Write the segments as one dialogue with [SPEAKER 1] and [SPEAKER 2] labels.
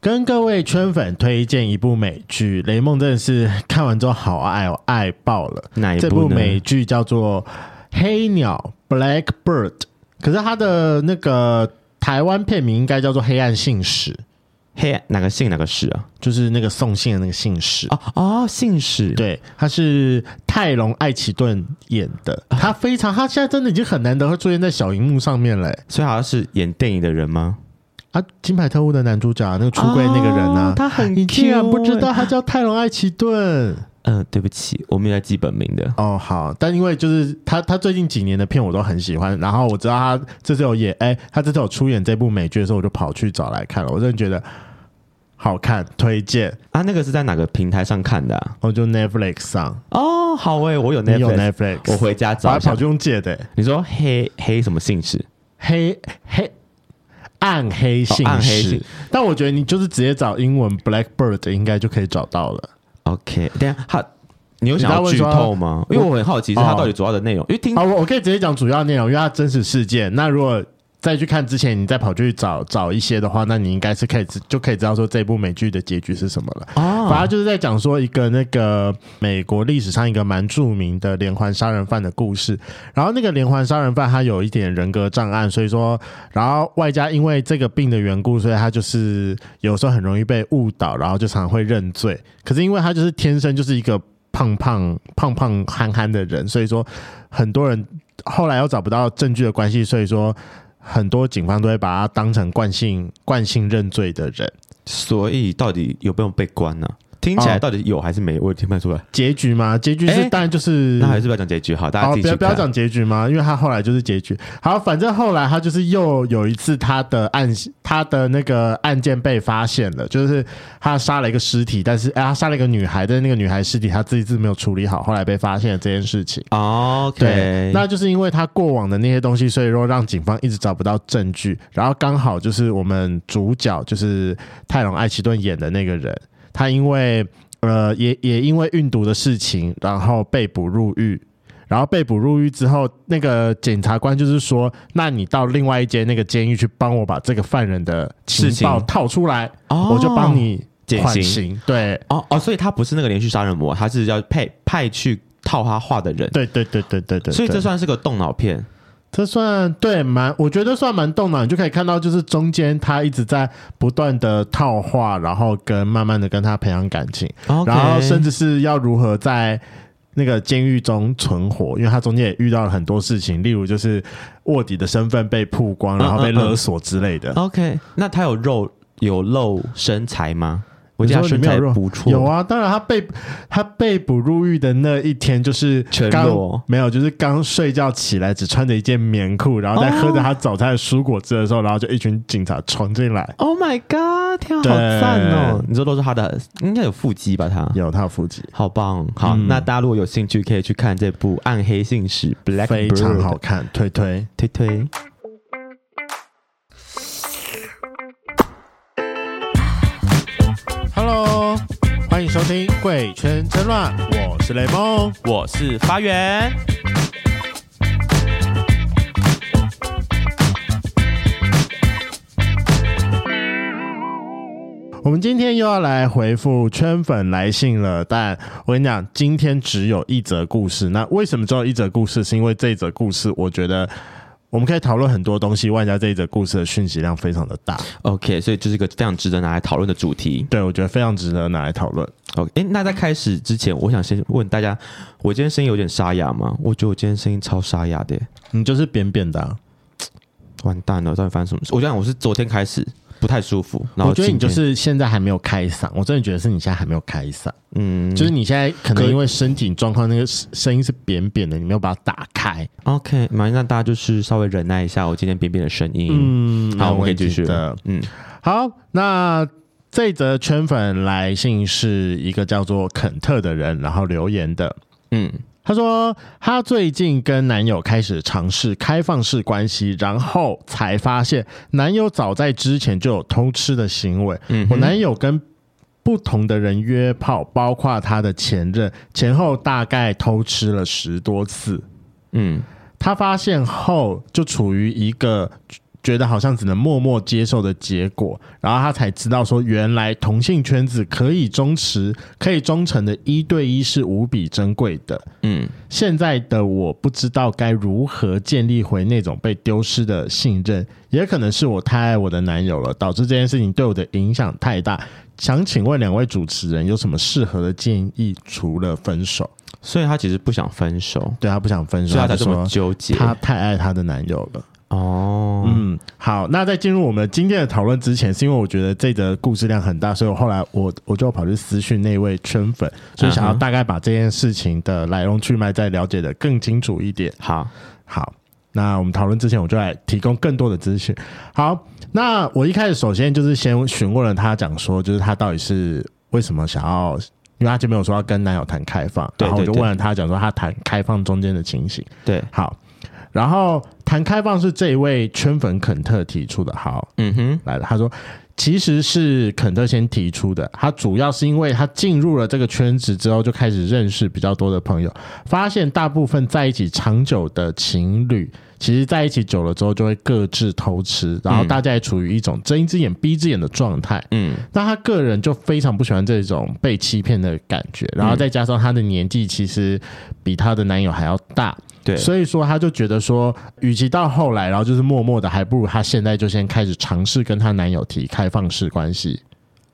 [SPEAKER 1] 跟各位圈粉推荐一部美剧，雷梦真的是看完之后好爱哦，爱爆了。
[SPEAKER 2] 哪一
[SPEAKER 1] 这
[SPEAKER 2] 部
[SPEAKER 1] 部
[SPEAKER 2] 呢
[SPEAKER 1] 美剧叫做《黑鸟》（Blackbird），可是它的那个台湾片名应该叫做《黑暗信使》，
[SPEAKER 2] 黑哪个姓哪个氏啊？
[SPEAKER 1] 就是那个送信的那个信使。
[SPEAKER 2] 哦哦，姓氏。
[SPEAKER 1] 对，他是泰隆·艾奇顿演的，
[SPEAKER 2] 啊
[SPEAKER 1] 他非常，他现在真的已经很难得会出现在小荧幕上面了、欸。
[SPEAKER 2] 所以好像是演电影的人吗？
[SPEAKER 1] 啊，《金牌特务》的男主角、那个出柜那个人啊
[SPEAKER 2] 哦，他很 Q 欸，
[SPEAKER 1] 你竟然不知道他叫泰隆·艾奇顿？
[SPEAKER 2] 嗯、对不起，我没有在记本名的。
[SPEAKER 1] 哦，好，但因为就是他，他最近几年的片我都很喜欢，然后我知道他这次有演，哎、他这次有出演这部美剧的时候，我就跑去找来看了，我真的觉得好看，推荐，
[SPEAKER 2] 啊，那个是在哪个平台上看的、啊？
[SPEAKER 1] 我就 Netflix 上，
[SPEAKER 2] 哦，好诶、我有
[SPEAKER 1] 你有
[SPEAKER 2] Netflix，我
[SPEAKER 1] Netflix，
[SPEAKER 2] 回家
[SPEAKER 1] 我
[SPEAKER 2] 找
[SPEAKER 1] 还
[SPEAKER 2] 一下
[SPEAKER 1] 跑。去用借的、
[SPEAKER 2] 你说黑黑什么姓氏？
[SPEAKER 1] 黑黑。暗黑姓氏、
[SPEAKER 2] 哦暗黑姓
[SPEAKER 1] 但我觉得你就是直接找英文 Blackbird 应该就可以找到了。
[SPEAKER 2] OK，等一下他，你有想要
[SPEAKER 1] 你
[SPEAKER 2] 剧
[SPEAKER 1] 知道为什么
[SPEAKER 2] 透吗？因为我很好
[SPEAKER 1] 哦
[SPEAKER 2] 奇是他到底主要的内容，因为听
[SPEAKER 1] 好，我我可以直接讲主要内容，因为它真实事件。那如果再去看之前，你再跑去找找一些的话，那你应该是可以知就可以知道说这部美剧的结局是什么了。反
[SPEAKER 2] 哦
[SPEAKER 1] 正就是在讲说一个那个美国历史上一个蛮著名的连环杀人犯的故事。然后那个连环杀人犯他有一点人格障碍，所以说，然后外加因为这个病的缘故，所以他就是有时候很容易被误导，然后就常常会认罪。可是因为他就是天生就是一个胖胖胖胖憨憨的人，所以说很多人后来又找不到证据的关系，所以说。很多警方都会把他当成惯性惯性认罪的人，
[SPEAKER 2] 所以到底有没有被关呢、听起来
[SPEAKER 1] 哦
[SPEAKER 2] 到底有还是没？我也听不出来。
[SPEAKER 1] 结局吗？结局是、
[SPEAKER 2] 哎
[SPEAKER 1] 当然就是
[SPEAKER 2] 那还是不要讲结局好，大家
[SPEAKER 1] 好，
[SPEAKER 2] 自己
[SPEAKER 1] 不
[SPEAKER 2] 去
[SPEAKER 1] 要不要
[SPEAKER 2] 看。
[SPEAKER 1] 讲结局吗？因为他后来就是结局。好，反正后来他就是又有一次他的案，他的那个案件被发现了，就是他杀了一个尸体，但是、哎，他杀了一个女孩，但是那个女孩尸体他自己是没有处理好，后来被发现了这件事情。
[SPEAKER 2] 哦 OK，
[SPEAKER 1] 对，那就是因为他过往的那些东西，所以说让警方一直找不到证据。然后刚好就是我们主角就是泰隆·艾奇顿演的那个人，他因为呃也 也因为运毒的事情，然后被捕入狱。然后被捕入狱之后，那个检察官就是说：“那你到另外一间那个监狱去帮我把这个犯人的情
[SPEAKER 2] 事情
[SPEAKER 1] 报套出来，
[SPEAKER 2] 哦
[SPEAKER 1] 我就帮你
[SPEAKER 2] 减
[SPEAKER 1] 缓
[SPEAKER 2] 刑
[SPEAKER 1] 刑。”对，
[SPEAKER 2] 哦哦，所以他不是那个连续杀人魔，他是要派派去套他话的人。
[SPEAKER 1] 对对对对对对。
[SPEAKER 2] 所以
[SPEAKER 1] 对
[SPEAKER 2] 这算是个动脑片。
[SPEAKER 1] 这算对蛮，我觉得算蛮动脑，你就可以看到，就是中间他一直在不断的套话，然后跟慢慢的跟他培养感情
[SPEAKER 2] OK，
[SPEAKER 1] 然后甚至是要如何在那个监狱中存活，因为他中间也遇到了很多事情，例如就是卧底的身份被曝光，
[SPEAKER 2] 嗯
[SPEAKER 1] 然后被勒索之类的。
[SPEAKER 2] OK，那他有肉有露身材吗？我记得
[SPEAKER 1] 你说
[SPEAKER 2] 他身
[SPEAKER 1] 里面
[SPEAKER 2] 材
[SPEAKER 1] 有肉
[SPEAKER 2] 不错，
[SPEAKER 1] 有，啊，当然他被他被捕入狱的那一天，就是
[SPEAKER 2] 全
[SPEAKER 1] 刚
[SPEAKER 2] 裸
[SPEAKER 1] 没有，就是刚睡觉起来，只穿着一件棉裤，然后在
[SPEAKER 2] 哦
[SPEAKER 1] 喝着他早餐的蔬果汁的时候，然后就一群警察冲进来，
[SPEAKER 2] Oh my god！天啊，
[SPEAKER 1] 对
[SPEAKER 2] 好赞哦！你说都是他的，应该有腹肌吧？他
[SPEAKER 1] 有他的腹肌，
[SPEAKER 2] 好棒！好，
[SPEAKER 1] 嗯
[SPEAKER 2] 那大家如果有兴趣，可以去看这部《暗黑信使》（Black
[SPEAKER 1] 非
[SPEAKER 2] Bird
[SPEAKER 1] 常好，看，推推。
[SPEAKER 2] 推推。
[SPEAKER 1] Hello，欢迎收听《贵圈争乱》，我是雷梦。
[SPEAKER 2] 我是发源。
[SPEAKER 1] 我们今天又要来回复圈粉来信了，但我跟你讲，今天只有一则故事。那为什么只有一则故事？是因为这则故事，我觉得我们可以讨论很多东西，外加这一则故事的讯息量非常的大，
[SPEAKER 2] OK，所以这是一个非常值得拿来讨论的主题。
[SPEAKER 1] 对我觉得非常值得拿来讨论。
[SPEAKER 2] OK，诶那在开始之前，我想先问大家，我今天声音有点沙哑吗？我觉得我今天声音超沙哑的耶，
[SPEAKER 1] 你就是扁扁的啊、
[SPEAKER 2] 完蛋了，到底发生什么事？我想我是昨天开始不太舒服，然后
[SPEAKER 1] 我觉得你就
[SPEAKER 2] 今天
[SPEAKER 1] 是现在还没有开嗓，我真的觉得是你现在还没有开嗓，
[SPEAKER 2] 嗯，
[SPEAKER 1] 就是你现在可
[SPEAKER 2] 可
[SPEAKER 1] 能因为身体状况，那个声声音是扁扁的，你没有把它打开。
[SPEAKER 2] OK，马上让大家就是稍微忍耐一下我今天扁扁的声音。
[SPEAKER 1] 嗯
[SPEAKER 2] 好，我们可以继续
[SPEAKER 1] 的。
[SPEAKER 2] 嗯，
[SPEAKER 1] 好，那这则圈粉来信是一个叫做肯特的人，然后留言的。
[SPEAKER 2] 嗯，
[SPEAKER 1] 他说，他最近跟男友开始尝试开放式关系，然后才发现男友早在之前就有偷吃的行为。
[SPEAKER 2] 嗯
[SPEAKER 1] 我男友跟不同的人约炮，包括他的前任，前后大概偷吃了十多次。
[SPEAKER 2] 嗯，
[SPEAKER 1] 他发现后就处于一个觉得好像只能默默接受的结果，然后他才知道说，原来同性圈子可以忠实、可以忠诚的一对一是无比珍贵的。
[SPEAKER 2] 嗯，
[SPEAKER 1] 现在的我不知道该如何建立回那种被丢失的信任，也可能是我太爱我的男友了，导致这件事情对我的影响太大。想请问两位主持人有什么适合的建议？除了分手，
[SPEAKER 2] 所以他其实不想分手，
[SPEAKER 1] 对她不想分手，
[SPEAKER 2] 所以他
[SPEAKER 1] 她
[SPEAKER 2] 才这
[SPEAKER 1] 就
[SPEAKER 2] 么
[SPEAKER 1] 说
[SPEAKER 2] 纠结。
[SPEAKER 1] 她太爱她的男友了。
[SPEAKER 2] 哦，
[SPEAKER 1] 嗯，好，那在进入我们今天的讨论之前，是因为我觉得这则故事量很大，所以我后来我我就跑去私讯那位圈粉，所以想要
[SPEAKER 2] 嗯哼
[SPEAKER 1] 大概把这件事情的来龙去脉再了解的更清楚一点。
[SPEAKER 2] 好，
[SPEAKER 1] 好，那我们讨论之前，我就来提供更多的资讯。好，那我一开始首先就是先询问了他，讲说就是他到底是为什么想要，因为他前面有说要跟男友谈开放，
[SPEAKER 2] 对
[SPEAKER 1] 然后我
[SPEAKER 2] 对
[SPEAKER 1] 就
[SPEAKER 2] 对
[SPEAKER 1] 问了他，讲说他谈开放中间的情形。
[SPEAKER 2] 对，
[SPEAKER 1] 好，然后谈开放是这一位圈粉肯特提出的。好，
[SPEAKER 2] 嗯哼，
[SPEAKER 1] 来了，他说其实是肯特先提出的，他主要是因为他进入了这个圈子之后，就开始认识比较多的朋友，发现大部分在一起长久的情侣。其实在一起久了之后，就会各自偷吃，然后
[SPEAKER 2] 嗯
[SPEAKER 1] 大家也处于一种睁一只眼闭一只眼的状态。
[SPEAKER 2] 嗯
[SPEAKER 1] 那他个人就非常不喜欢这种被欺骗的感觉，然后再加上他的年纪其实比她的男友还要大，
[SPEAKER 2] 对，
[SPEAKER 1] 所以说他就觉得说，与其到后来，然后就是默默的，还不如她现在就先开始尝试跟她男友提开放式关系。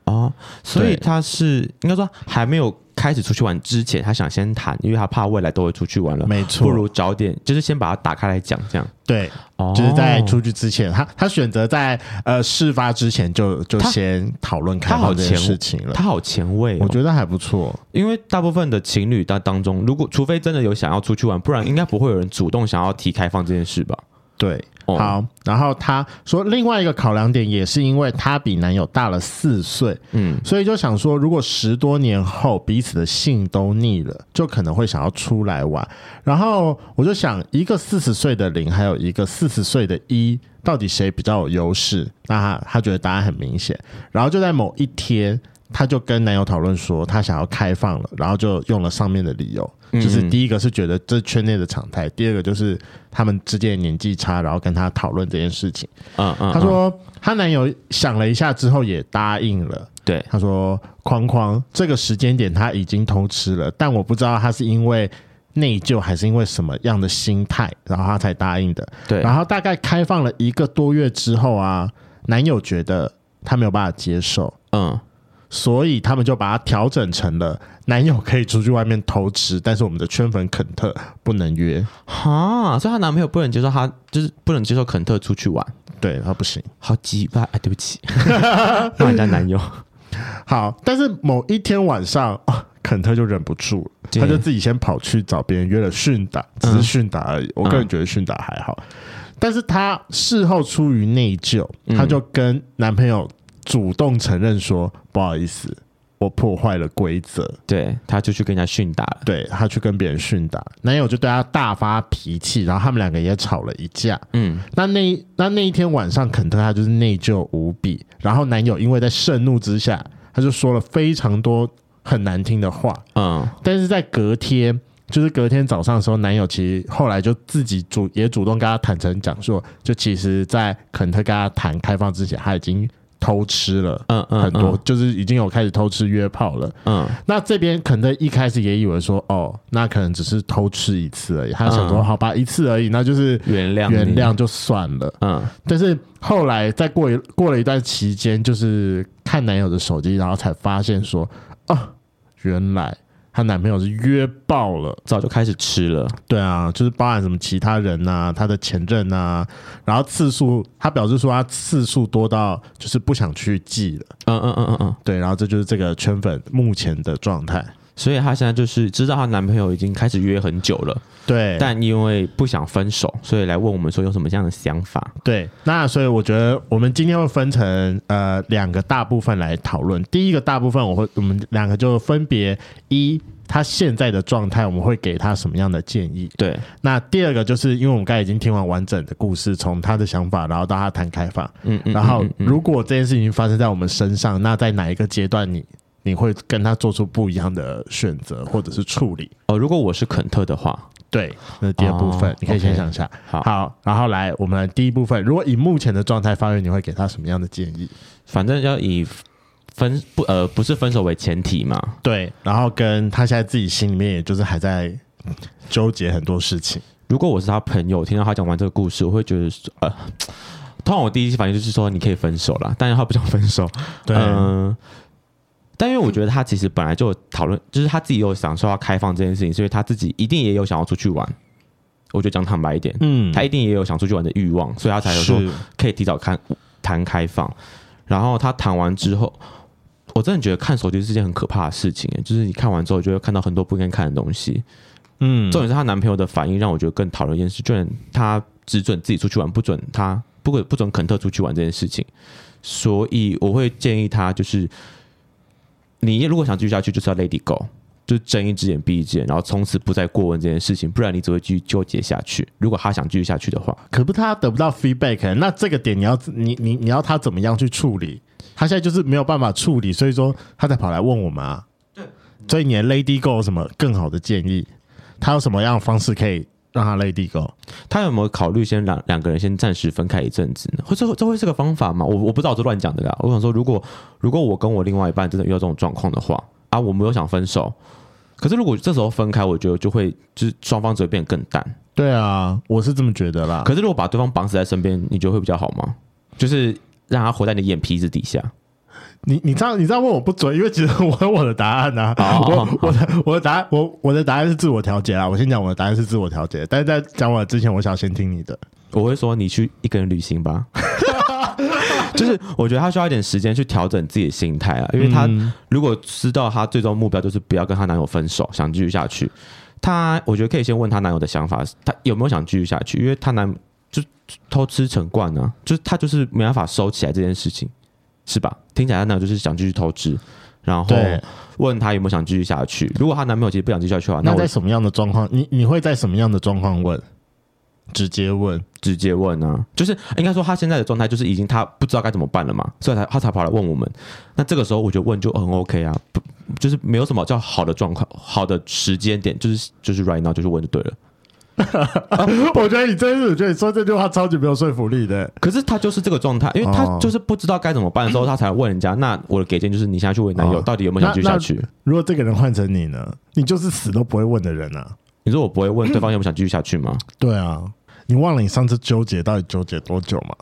[SPEAKER 2] 哦，所以
[SPEAKER 1] 对
[SPEAKER 2] 他是应该说还没有开始出去玩之前，他想先谈，因为他怕未来都会出去玩了，
[SPEAKER 1] 没
[SPEAKER 2] 不如早点，就是先把它打开来讲，这样。
[SPEAKER 1] 对，
[SPEAKER 2] 哦
[SPEAKER 1] 就是在出去之前，她她选择在呃事发之前就就
[SPEAKER 2] 她
[SPEAKER 1] 先讨论开
[SPEAKER 2] 她好
[SPEAKER 1] 放这件
[SPEAKER 2] 前
[SPEAKER 1] 事情了。
[SPEAKER 2] 他好前卫、哦，
[SPEAKER 1] 我觉得还不错，
[SPEAKER 2] 因为大部分的情侣当当中，如果除非真的有想要出去玩，不然应该不会有人主动想要提开放这件事吧？
[SPEAKER 1] 对。
[SPEAKER 2] 哦，
[SPEAKER 1] 好，然后她说另外一个考量点也是因为她比男友大了四岁，
[SPEAKER 2] 嗯，
[SPEAKER 1] 所以就想说，如果十多年后彼此的性都腻了，就可能会想要出来玩。然后我就想，一个四十岁的零，还有一个四十岁的一，到底谁比较有优势？那他他觉得答案很明显。然后就在某一天，她就跟男友讨论说，她想要开放了，然后就用了上面的理由，就是
[SPEAKER 2] 嗯
[SPEAKER 1] 第一个是觉得这圈内的常态，第二个就是他们之间的年纪差，然后跟她讨论这件事情。
[SPEAKER 2] 嗯嗯，
[SPEAKER 1] 她说，她男友想了一下之后也答应了。
[SPEAKER 2] 嗯对，
[SPEAKER 1] 他说：“框框，这个时间点他已经偷吃了，但我不知道他是因为内疚还是因为什么样的心态，然后他才答应的。
[SPEAKER 2] 对，
[SPEAKER 1] 然后大概开放了一个多月之后啊，男友觉得他没有办法接受，
[SPEAKER 2] 嗯，
[SPEAKER 1] 所以他们就把它调整成了男友可以出去外面偷吃，但是我们的圈粉肯特不能约，
[SPEAKER 2] 哈，所以她男朋友不能接受她，就是不能接受肯特出去玩，
[SPEAKER 1] 对他不行。”
[SPEAKER 2] 好鸡巴，哎，对不起，骂人家男友，
[SPEAKER 1] 好，但是某一天晚上，啊肯特就忍不住了，
[SPEAKER 2] 对
[SPEAKER 1] 他就自己先跑去找别人约了训打，只是训打
[SPEAKER 2] 嗯
[SPEAKER 1] 而已。我个人觉得训打还好，但是他事后出于内疚，
[SPEAKER 2] 嗯
[SPEAKER 1] 他就跟男朋友主动承认说：“不好意思，我破坏了规则。
[SPEAKER 2] 对，他就去跟人家训打了，
[SPEAKER 1] 对”他去跟别人训打，男友就对他大发脾气，然后他们两个也吵了一架。
[SPEAKER 2] 嗯，
[SPEAKER 1] 那那一那那一天晚上，肯特他就是内疚无比，然后男友因为在盛怒之下，他就说了非常多很难听的话，
[SPEAKER 2] 嗯，
[SPEAKER 1] 但是在隔天。就是隔天早上的时候，男友其实后来就自己主也主动跟他坦诚讲说，就其实，在肯特跟他谈开放之前，他已经偷吃了
[SPEAKER 2] 嗯嗯，
[SPEAKER 1] 很多，就是已经有开始偷吃约炮了。
[SPEAKER 2] 嗯，
[SPEAKER 1] 那这边肯特一开始也以为说，哦，那可能只是偷吃一次而已，他想说，
[SPEAKER 2] 嗯
[SPEAKER 1] 好吧，一次而已，那就是
[SPEAKER 2] 嗯，原谅，
[SPEAKER 1] 原谅，就算了。
[SPEAKER 2] 嗯，
[SPEAKER 1] 但是后来再过一过了一段期间，就是看男友的手机，然后才发现说，啊，原来她男朋友是约爆了。
[SPEAKER 2] 早就开始吃了，
[SPEAKER 1] 对啊，就是包含什么其他人呐、她的前任呐、然后次数，她表示说她次数多到就是不想去记了。
[SPEAKER 2] 嗯嗯嗯嗯嗯，
[SPEAKER 1] 对，然后这就是这个圈粉目前的状态。
[SPEAKER 2] 所以她现在就是知道她男朋友已经开始约很久了，
[SPEAKER 1] 对，
[SPEAKER 2] 但因为不想分手，所以来问我们说有什么这样的想法。
[SPEAKER 1] 对，那所以我觉得我们今天会分成呃两个大部分来讨论。第一个大部分，我会我们两个就分别一，他现在的状态，我们会给他什么样的建议？
[SPEAKER 2] 对，
[SPEAKER 1] 那第二个就是因为我们刚才已经听完完整的故事，从他的想法，然后到他谈开放，
[SPEAKER 2] 嗯嗯，
[SPEAKER 1] 然后
[SPEAKER 2] 嗯嗯嗯
[SPEAKER 1] 如果这件事情发生在我们身上，那在哪一个阶段你你会跟他做出不一样的选择或者是处理？
[SPEAKER 2] 哦，如果我是肯特的话，
[SPEAKER 1] 对，那是第二部分，
[SPEAKER 2] 哦
[SPEAKER 1] 你可以先
[SPEAKER 2] OK
[SPEAKER 1] 想一下。
[SPEAKER 2] 好
[SPEAKER 1] 好，然后来我们来第一部分，如果以目前的状态发育，你会给他什么样的建议？
[SPEAKER 2] 反正要以分不呃不是分手为前提嘛，
[SPEAKER 1] 对，然后跟他现在自己心里面，也就是还在纠结很多事情。
[SPEAKER 2] 如果我是他朋友，听到他讲完这个故事，我会觉得说呃，通常我第一反应就是说你可以分手啦，但是他不想分手，
[SPEAKER 1] 对，
[SPEAKER 2] 嗯、但因为我觉得他其实本来就有讨论，就是他自己有想说要开放这件事情，所以他自己一定也有想要出去玩。我觉得讲坦白一点，
[SPEAKER 1] 嗯，
[SPEAKER 2] 他一定也有想出去玩的欲望，所以他才有说
[SPEAKER 1] 是
[SPEAKER 2] 可以提早看谈开放。然后他谈完之后，我真的觉得看手机是件很可怕的事情，就是你看完之后就会看到很多不应该看的东西。
[SPEAKER 1] 嗯，
[SPEAKER 2] 重点是她男朋友的反应让我觉得更讨人厌，是居然他只准自己出去玩，不准他不准不准肯特出去玩这件事情。所以我会建议他，就是你如果想继续下去，就是要 lady go，就是睁一只眼闭一只眼，然后从此不再过问这件事情，不然你只会继续纠结下去。如果他想继续下去的话，
[SPEAKER 1] 可不他得不到 feedback，那这个点你要你你你要他怎么样去处理？他现在就是没有办法处理，所以说他才跑来问我们啊。对，所以你的 Lady Go 有什么更好的建议？他有什么样的方式可以让他 Lady Go？
[SPEAKER 2] 他有没有考虑先两两个人先暂时分开一阵子呢？会这这会是个方法吗？我我不知道，我是乱讲的啦。我想说，如果如果我跟我另外一半真的遇到这种状况的话，啊，我没有想分手，可是如果这时候分开，我觉得就会就是双方只会变得更淡。
[SPEAKER 1] 对啊，我是这么觉得啦。
[SPEAKER 2] 可是如果把对方绑死在身边，你觉得会比较好吗？就是让他活在你的眼皮子底下。
[SPEAKER 1] 你你这样你这样问我不准，因为其实我有我的答案呐、啊。
[SPEAKER 2] 哦
[SPEAKER 1] 我我的我的答案我我的答案是自我调节啦。我先讲我的答案是自我调节，但是在讲我的之前，我想先听你的。
[SPEAKER 2] 我会说你去一个人旅行吧。 就是我觉得他需要一点时间去调整自己的心态啊，因为他如果知道他最终目标就是不要跟她男友分手，想继续下去，她我觉得可以先问她男友的想法，她有没有想继续下去？因为她男就偷吃成惯啊，就是她就是没办法收起来这件事情，是吧？听起来她男友就是想继续偷吃，然后
[SPEAKER 1] 对
[SPEAKER 2] 问她有没有想继续下去。如果她男朋友其实不想继续下去的话，那
[SPEAKER 1] 那
[SPEAKER 2] 我
[SPEAKER 1] 在什么样的状况？你你会在什么样的状况问？直接问。
[SPEAKER 2] 直接问啊，就是应该说他现在的状态就是已经他不知道该怎么办了嘛，所以才他才跑来问我们。那这个时候我觉得问就很 OK 啊，不就是没有什么叫好的状况、好的时间点，就是就是 right now 就是问就对了。
[SPEAKER 1] 我觉得你真是，我觉得你说这句话超级没有说服力的。
[SPEAKER 2] 可是他就是这个状态，因为他
[SPEAKER 1] 哦
[SPEAKER 2] 就是不知道该怎么办的时候，他才问人家。那我的给建议就是你现在去问男友、
[SPEAKER 1] 哦
[SPEAKER 2] 到底有没有想继续
[SPEAKER 1] 那
[SPEAKER 2] 下去？
[SPEAKER 1] 如果这个人换成你呢？你就是死都不会问的人啊。
[SPEAKER 2] 你说我不会问对方有没有想继续下去吗？
[SPEAKER 1] 对啊，你忘了你上次纠结到底纠结多久吗？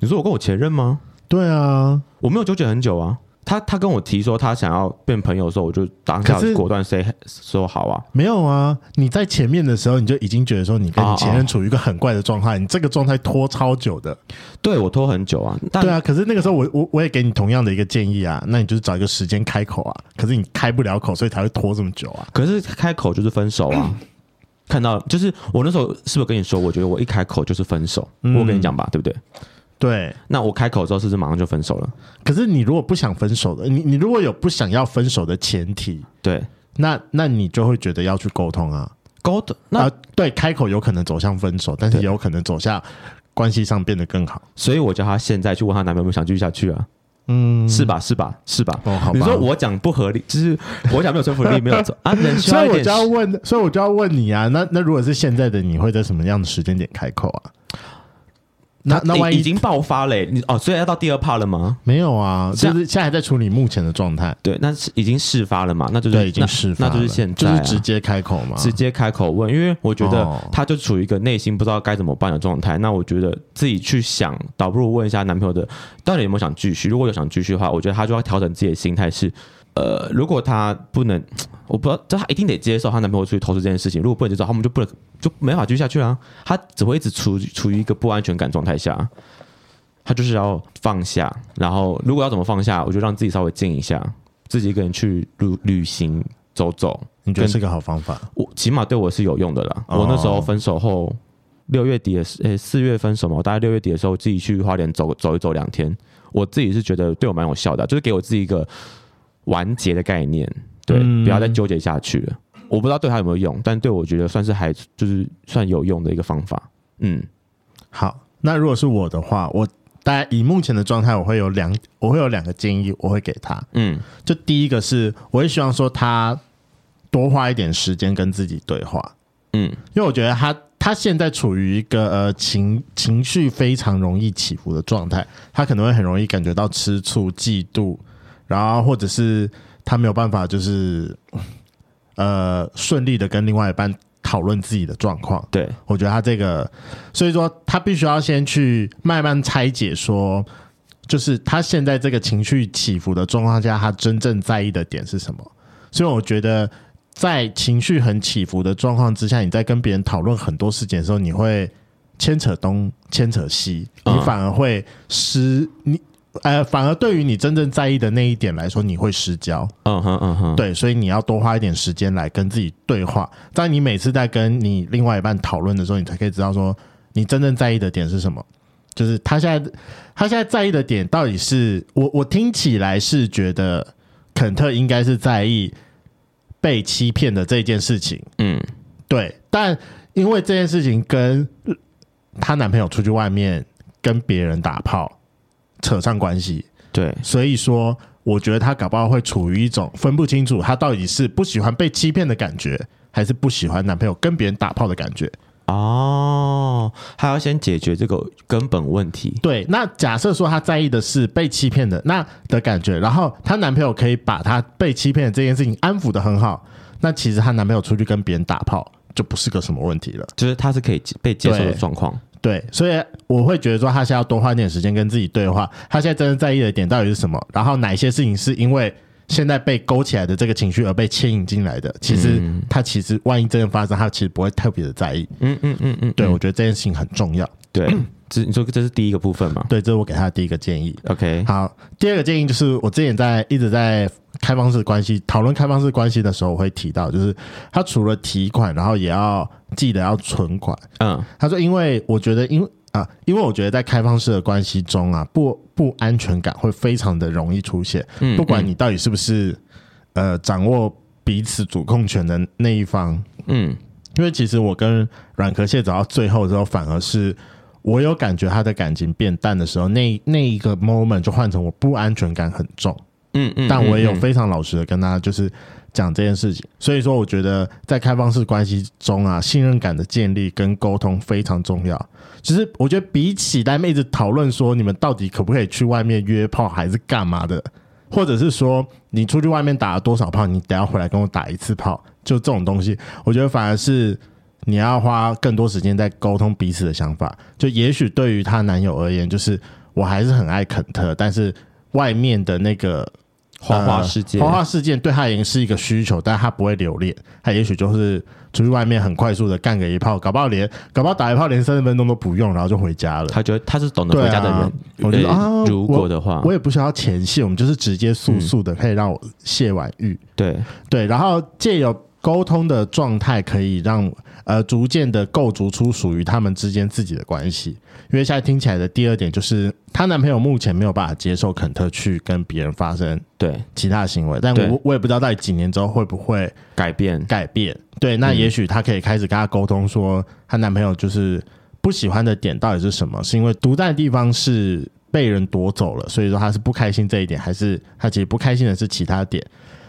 [SPEAKER 2] 你说我跟我前任吗？
[SPEAKER 1] 对啊，
[SPEAKER 2] 我没有纠结很久啊。他他跟我提说他想要变朋友的时候，我就当下
[SPEAKER 1] 可是
[SPEAKER 2] 果断 say 说好啊。
[SPEAKER 1] 没有啊，你在前面的时候你就已经觉得说你跟你前任处于一个很怪的状态，你这个状态拖超久的。
[SPEAKER 2] 对我拖很久啊，但
[SPEAKER 1] 对啊，可是那个时候我我我也给你同样的一个建议啊，那你就是找一个时间开口啊，可是你开不了口，所以才会拖这么久啊。
[SPEAKER 2] 可是开口就是分手啊。
[SPEAKER 1] 嗯
[SPEAKER 2] 看到就是我那时候是不是跟你说？我觉得我一开口就是分手，
[SPEAKER 1] 嗯
[SPEAKER 2] 我跟你讲吧，对不对？
[SPEAKER 1] 对，
[SPEAKER 2] 那我开口之后是不是马上就分手了？
[SPEAKER 1] 可是你如果不想分手的，你你如果有不想要分手的前提，
[SPEAKER 2] 对，
[SPEAKER 1] 那那你就会觉得要去沟通啊。
[SPEAKER 2] 沟通那、
[SPEAKER 1] 啊，对，开口有可能走向分手，但是
[SPEAKER 2] 对
[SPEAKER 1] 也有可能走向关系上变得更好。
[SPEAKER 2] 所以我叫她现在去问她男朋友有没有想继续下去啊？
[SPEAKER 1] 嗯，
[SPEAKER 2] 是吧？是吧？是吧？
[SPEAKER 1] 哦，好吧。
[SPEAKER 2] 你说，我讲不合理，就是我讲没有说服力，没 有错啊，人需
[SPEAKER 1] 所
[SPEAKER 2] 要
[SPEAKER 1] 以
[SPEAKER 2] 一
[SPEAKER 1] 我
[SPEAKER 2] 点
[SPEAKER 1] 就要问，所以我就要问你啊，那那如果是现在的你会在什么样的时间点开口啊？那那
[SPEAKER 2] 已
[SPEAKER 1] 万
[SPEAKER 2] 已
[SPEAKER 1] 一
[SPEAKER 2] 经爆发嘞、你哦，所以要到第二趴了吗？
[SPEAKER 1] 没有啊，就
[SPEAKER 2] 这样
[SPEAKER 1] 是现在还在处理目前的状态，
[SPEAKER 2] 对，那是已经事发了嘛？那就是
[SPEAKER 1] 对，已经事发
[SPEAKER 2] 那，
[SPEAKER 1] 了，
[SPEAKER 2] 那就是现在、
[SPEAKER 1] 就
[SPEAKER 2] 啊，
[SPEAKER 1] 是直接开口嘛。
[SPEAKER 2] 直接开口问，因为我觉
[SPEAKER 1] 哦
[SPEAKER 2] 得她就处于一个内心不知道该怎么办的状态。那我觉得自己去想，倒不如问一下男朋友的到底有没有想继续。如果有想继续的话，我觉得她就要调整自己的心态是，呃，如果她不能，我不知道，这她一定得接受她男朋友出去投资这件事情。如果不能接受，他们就不能就没法继续下去啦。她只会一直处处于一个不安全感状态下。她就是要放下，然后如果要怎么放下，我就让自己稍微静一下，自己一个人去旅旅行走走，
[SPEAKER 1] 你觉得
[SPEAKER 2] 跟
[SPEAKER 1] 是个好方法？
[SPEAKER 2] 我起码对我是有用的啦。
[SPEAKER 1] 哦
[SPEAKER 2] 我那时候分手后，六月底的时，诶、四月分手嘛，我大概六月底的时候自己去花莲走走一走两天，我自己是觉得对我蛮有效的啊，就是给我自己一个完结的概念，对，
[SPEAKER 1] 嗯
[SPEAKER 2] 不要再纠结下去了。我不知道对他有没有用，但对我觉得算是还就是算有用的一个方法。嗯，
[SPEAKER 1] 好，那如果是我的话，我大概以目前的状态，我会有两，我会有两个建议，我会给他。
[SPEAKER 2] 嗯，
[SPEAKER 1] 就第一个是，我会希望说他多花一点时间跟自己对话，
[SPEAKER 2] 嗯嗯，
[SPEAKER 1] 因为我觉得他他现在处于一个呃情情绪非常容易起伏的状态，他可能会很容易感觉到吃醋、嫉妒，然后或者是他没有办法就是呃顺利的跟另外一半讨论自己的状况。
[SPEAKER 2] 对，
[SPEAKER 1] 我觉得他这个，所以说他必须要先去慢慢拆解说。就是他现在这个情绪起伏的状况下，他真正在意的点是什么？所以我觉得，在情绪很起伏的状况之下，你在跟别人讨论很多事情的时候，你会牵扯东牵扯西，你
[SPEAKER 2] 嗯
[SPEAKER 1] 反而会失你呃，反而对于你真正在意的那一点来说，你会失焦。
[SPEAKER 2] 嗯哼嗯哼，
[SPEAKER 1] 对，所以你要多花一点时间来跟自己对话。在你每次在跟你另外一半讨论的时候，你才可以知道说你真正在意的点是什么。就是他现在他现在在意的点到底是我我听起来是觉得肯特应该是在意被欺骗的这件事情，
[SPEAKER 2] 嗯
[SPEAKER 1] 对，但因为这件事情跟她男朋友出去外面跟别人打炮扯上关系，
[SPEAKER 2] 对，
[SPEAKER 1] 所以说，我觉得他搞不好会处于一种分不清楚他到底是不喜欢被欺骗的感觉，还是不喜欢男朋友跟别人打炮的感觉。
[SPEAKER 2] 哦，他要先解决这个根本问题，
[SPEAKER 1] 对，那假设说她在意的是被欺骗的那的感觉，然后她男朋友可以把她被欺骗的这件事情安抚的很好，那其实她男朋友出去跟别人打炮就不是个什么问题了。
[SPEAKER 2] 就是他是可以接被接受的
[SPEAKER 1] 对
[SPEAKER 2] 状况。
[SPEAKER 1] 对，所以我会觉得说，他现在要多花一点时间跟自己对话，他现在真正在意的点到底是什么？然后哪一些事情是因为现在被勾起来的这个情绪而被牵引进来的？其实他其实万一真的发生，他其实不会特别的在意。
[SPEAKER 2] 嗯嗯嗯嗯，
[SPEAKER 1] 对，我觉得这件事情很重要。
[SPEAKER 2] 对， 这你说这是第一个部分嘛
[SPEAKER 1] 对，这是我给他的第一个建议。
[SPEAKER 2] ？OK，
[SPEAKER 1] 好，第二个建议就是我之前在一直在开放式关系讨论开放式关系的时候，我会提到，就是他除了提款，然后也要记得要存款。
[SPEAKER 2] 嗯
[SPEAKER 1] 他说：“因为我觉得因，啊，因为我觉得在开放式的关系中啊，不不安全感会非常的容易出现，
[SPEAKER 2] 嗯，
[SPEAKER 1] 不管你到底是不是呃掌握彼此主控权的那一方，
[SPEAKER 2] 嗯，嗯
[SPEAKER 1] 因为其实我跟软壳蟹走到最后之后，反而是我有感觉他的感情变淡的时候，那那一个 moment 就换成我不安全感很重。”
[SPEAKER 2] 嗯嗯，
[SPEAKER 1] 但我也有
[SPEAKER 2] 嗯
[SPEAKER 1] 非常老实的跟他就是讲这件事情，所以说我觉得在开放式关系中啊，信任感的建立跟沟通非常重要。其实我觉得比起在妹子讨论说你们到底可不可以去外面约炮还是干嘛的，或者是说你出去外面打了多少炮，你等下回来跟我打一次炮，就这种东西，我觉得反而是。你要花更多时间在沟通彼此的想法，就也许对于她男友而言，就是我还是很爱肯特，但是外面的那个
[SPEAKER 2] 花花世界，
[SPEAKER 1] 呃花花世界对他而言是一个需求，但他不会留恋，他也许就是出去外面很快速的干个一炮，搞不好连搞不好打一炮连三十分钟都不用，然后就回家了。
[SPEAKER 2] 他觉得他是懂得回家的人。
[SPEAKER 1] 对啊我觉得
[SPEAKER 2] 呃
[SPEAKER 1] 啊
[SPEAKER 2] 如果的话，
[SPEAKER 1] 我也不需要前戏，我们就是直接
[SPEAKER 2] 嗯
[SPEAKER 1] 速速的可以让我泄完欲，
[SPEAKER 2] 对，
[SPEAKER 1] 对，然后借由沟通的状态，可以让呃逐渐的构筑出属于他们之间自己的关系。因为现在听起来的第二点就是，她男朋友目前没有办法接受肯特去跟别人发生
[SPEAKER 2] 对，
[SPEAKER 1] 其他的行为，但
[SPEAKER 2] 对
[SPEAKER 1] 我我也不知道到底几年之后会不会
[SPEAKER 2] 改变，
[SPEAKER 1] 改变。对，那
[SPEAKER 2] 嗯
[SPEAKER 1] 也许她可以开始跟她沟通，说她男朋友就是不喜欢的点到底是什么？是因为独占的地方是被人夺走了，所以说她是不开心这一点，还是她其实不开心的是其他点？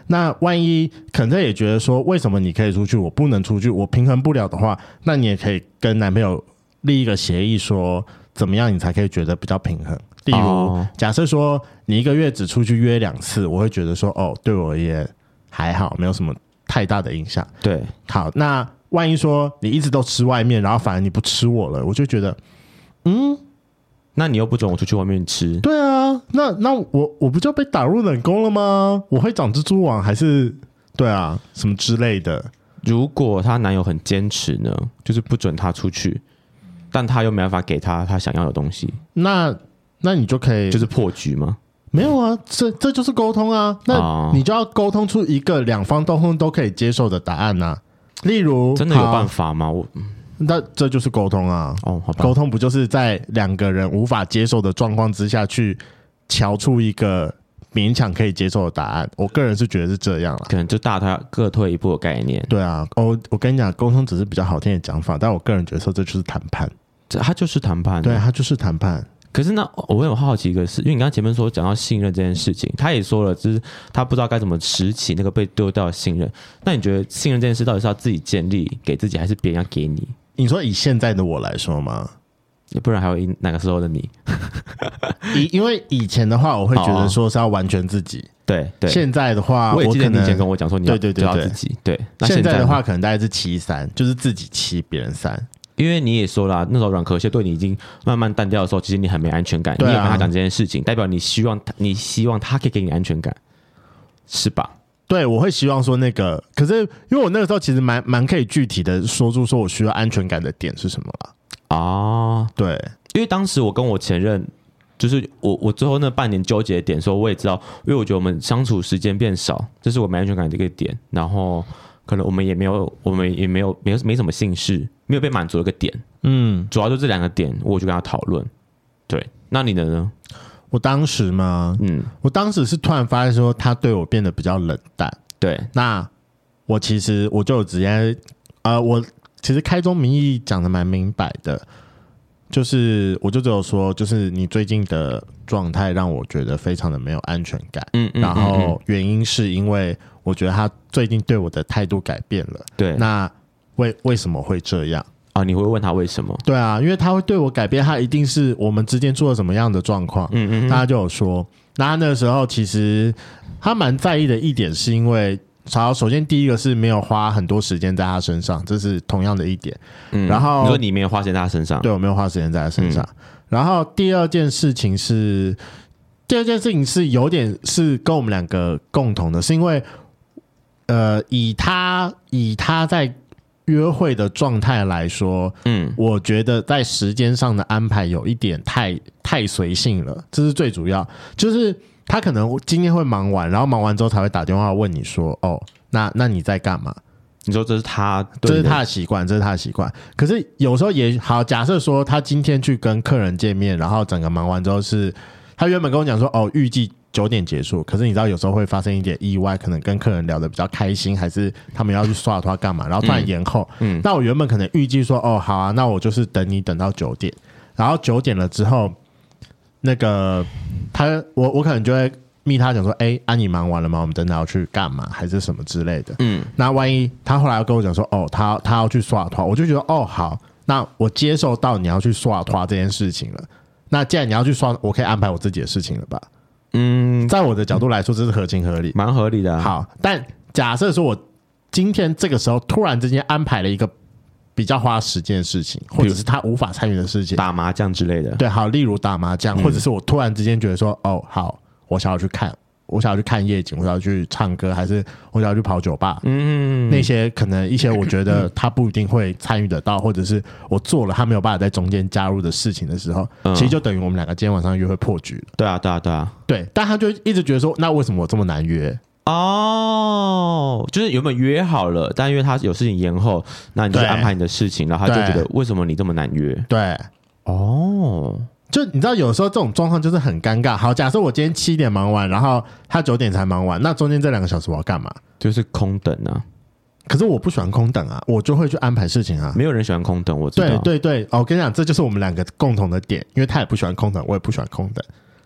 [SPEAKER 1] 那万一肯特也觉得说，为什么你可以出去，我不能出去，我平衡不了的话，那你也可以跟男朋友立一个协议说，怎么样你才可以觉得比较平衡？例如，
[SPEAKER 2] 哦
[SPEAKER 1] 假设说你一个月只出去约两次，我会觉得说，哦，对我而言还好，没有什么太大的影响。
[SPEAKER 2] 对，
[SPEAKER 1] 好，那万一说你一直都吃外面，然后反而你不吃我了，我就觉得，
[SPEAKER 2] 那你又不准我出去外面吃，
[SPEAKER 1] 对啊，那那我我不就被打入冷宫了吗？我会长蜘蛛网还是对啊，什么之类的？
[SPEAKER 2] 如果她男友很坚持呢，就是不准她出去，但她又没办法给她她想要的东西，
[SPEAKER 1] 那那你就可以
[SPEAKER 2] 就是破局吗？
[SPEAKER 1] 没有啊，这这就是沟通啊。那
[SPEAKER 2] 哦
[SPEAKER 1] 你就要沟通出一个两方都都可以接受的答案呐、例如，
[SPEAKER 2] 真的有
[SPEAKER 1] 好
[SPEAKER 2] 办法吗？我
[SPEAKER 1] 那这就是沟通啊。
[SPEAKER 2] 哦，好吧
[SPEAKER 1] 沟，通不就是在两个人无法接受的状况之下去瞧出一个勉强可以接受的答案？我个人是觉得是这样啦。
[SPEAKER 2] 可能就大她各退一步的概念，
[SPEAKER 1] 对啊，我我跟你讲，沟通只是比较好听的讲法，但我个人觉得说这就是谈判，啊
[SPEAKER 2] 这她就是谈判，
[SPEAKER 1] 对啊，它就是谈判。
[SPEAKER 2] 可是呢，我很好奇一个事，因为你刚刚前面说讲到信任这件事情，他也说了，就是他不知道该怎么拾起那个被丢掉的信任。那你觉得信任这件事到底是要自己建立给自己，还是别人要给你？
[SPEAKER 1] 你说以现在的我来说吗？
[SPEAKER 2] 不然还有一哪个时候的你？
[SPEAKER 1] 以因为以前的话，我会觉得说是要完全自己，
[SPEAKER 2] 对对，
[SPEAKER 1] 现在的话，
[SPEAKER 2] 我也记得
[SPEAKER 1] 可
[SPEAKER 2] 你以前跟
[SPEAKER 1] 能
[SPEAKER 2] 我讲说你要
[SPEAKER 1] 对对对
[SPEAKER 2] 就要
[SPEAKER 1] 对
[SPEAKER 2] 自己对。那
[SPEAKER 1] 现在
[SPEAKER 2] 呢
[SPEAKER 1] 的话，可能大概是七三，就是自己七，别人三。
[SPEAKER 2] 因为你也说了啊、那时候软壳蟹对你已经慢慢淡掉的时候，其实你很没安全感。
[SPEAKER 1] 对啊
[SPEAKER 2] 你也跟他讲这件事情，代表你希望他，你希望他可以给你安全感，是吧？
[SPEAKER 1] 对，我会希望说那个，可是因为我那个时候其实蛮蛮可以具体的说出说我需要安全感的点是什么了。
[SPEAKER 2] 哦，
[SPEAKER 1] 对，
[SPEAKER 2] 因为当时我跟我前任，就是我我最后那半年纠结的点的时候，我也知道，因为我觉得我们相处时间变少，这是我没安全感的一个点。然后可能我们也没有，我们也没有没有没什么姓氏，没有被满足的一个点，
[SPEAKER 1] 嗯，
[SPEAKER 2] 主要就这两个点，我就跟他讨论。对，那你的呢？
[SPEAKER 1] 我当时嘛，
[SPEAKER 2] 嗯，
[SPEAKER 1] 我当时是突然发现说他对我变得比较冷淡，
[SPEAKER 2] 对，
[SPEAKER 1] 那我其实我就直接呃，我其实开宗明义讲的蛮明白的，就是我就只有说，就是你最近的状态让我觉得非常的没有安全感，
[SPEAKER 2] 嗯，嗯
[SPEAKER 1] 然
[SPEAKER 2] 嗯嗯
[SPEAKER 1] 后原因是因为我觉得他最近对我的态度改变了，
[SPEAKER 2] 对，那
[SPEAKER 1] 那为为什么会这样？
[SPEAKER 2] 啊，你会问他为什么？
[SPEAKER 1] 对啊，因为他会对我改变，他一定是我们之间出了什么样的状况，
[SPEAKER 2] 嗯嗯
[SPEAKER 1] 大家就有说，那他那个时候其实他蛮在意的一点，是因为好，首先第一个是没有花很多时间在他身上，这是同样的一点，
[SPEAKER 2] 嗯
[SPEAKER 1] 然后
[SPEAKER 2] 你说你没有花钱在他身上，嗯
[SPEAKER 1] 对我没有花时间在他身上。然后第二件事情是，第二件事情是有点是跟我们两个共同的，是因为呃，以他以他在约会的状态来说，
[SPEAKER 2] 嗯，
[SPEAKER 1] 我觉得在时间上的安排有一点太太随性了，这是最主要。就是他可能今天会忙完，然后忙完之后才会打电话问你说：“哦，那那你在干嘛
[SPEAKER 2] 你说这是他？”
[SPEAKER 1] 这
[SPEAKER 2] 对你
[SPEAKER 1] 是
[SPEAKER 2] 的，
[SPEAKER 1] 他的习惯，这是他的习惯。可是有时候也好，假设说他今天去跟客人见面，然后整个忙完之后是，他原本跟我讲说：“哦，预计。”九点结束，可是你知道有时候会发生一点意外，可能跟客人聊得比较开心，还是他们要去刷他干嘛，然后突然延后，
[SPEAKER 2] 嗯
[SPEAKER 1] 那我原本可能预计说，哦，好啊，那我就是等你等到九点，然后九点了之后，那个他我我可能就会密他讲说，哎、啊你忙完了吗？我们等等要去干嘛还是什么之类的。
[SPEAKER 2] 嗯，
[SPEAKER 1] 那万一他后来要跟我讲说，哦，他他要去刷团，我就觉得，哦，好，那我接受到你要去刷团这件事情了。那既然你要去刷，我可以安排我自己的事情了吧？
[SPEAKER 2] 嗯，
[SPEAKER 1] 在我的角度来说，这是合情合理。
[SPEAKER 2] 蛮合理的啊。
[SPEAKER 1] 好，但假设说我今天这个时候突然之间安排了一个比较花时间的事情，或者是他无法参与的事情，
[SPEAKER 2] 打麻将之类的，
[SPEAKER 1] 对，好，例如打麻将，或者是我突然之间觉得说，哦，好，我想要去看，我想要去看夜景，我想要去唱歌，还是我想要去跑酒吧。
[SPEAKER 2] 嗯，
[SPEAKER 1] 那些可能一些我觉得他不一定会参与得到，或者是我做了他没有办法在中间加入的事情的时候，
[SPEAKER 2] 嗯
[SPEAKER 1] 其实就等于我们两个今天晚上约会破局了。
[SPEAKER 2] 对啊，对啊，对啊。
[SPEAKER 1] 对，但他就一直觉得说，那为什么我这么难约？
[SPEAKER 2] 哦，就是原本约好了，但因为他有事情延后，那你就去
[SPEAKER 1] 对
[SPEAKER 2] 安排你的事情，然后他就觉
[SPEAKER 1] 对
[SPEAKER 2] 得为什么你这么难约？
[SPEAKER 1] 对，
[SPEAKER 2] 哦，
[SPEAKER 1] 就你知道，有时候这种状况就是很尴尬。好，假设我今天七点忙完，然后他九点才忙完，那中间这两个小时我要干嘛？
[SPEAKER 2] 就是空等啊，
[SPEAKER 1] 可是我不喜欢空等啊，我就会去安排事情啊。
[SPEAKER 2] 没有人喜欢空等，我知道。
[SPEAKER 1] 对对对，哦，我跟你讲，这就是我们两个共同的点，因为他也不喜欢空等，我也不喜欢空等。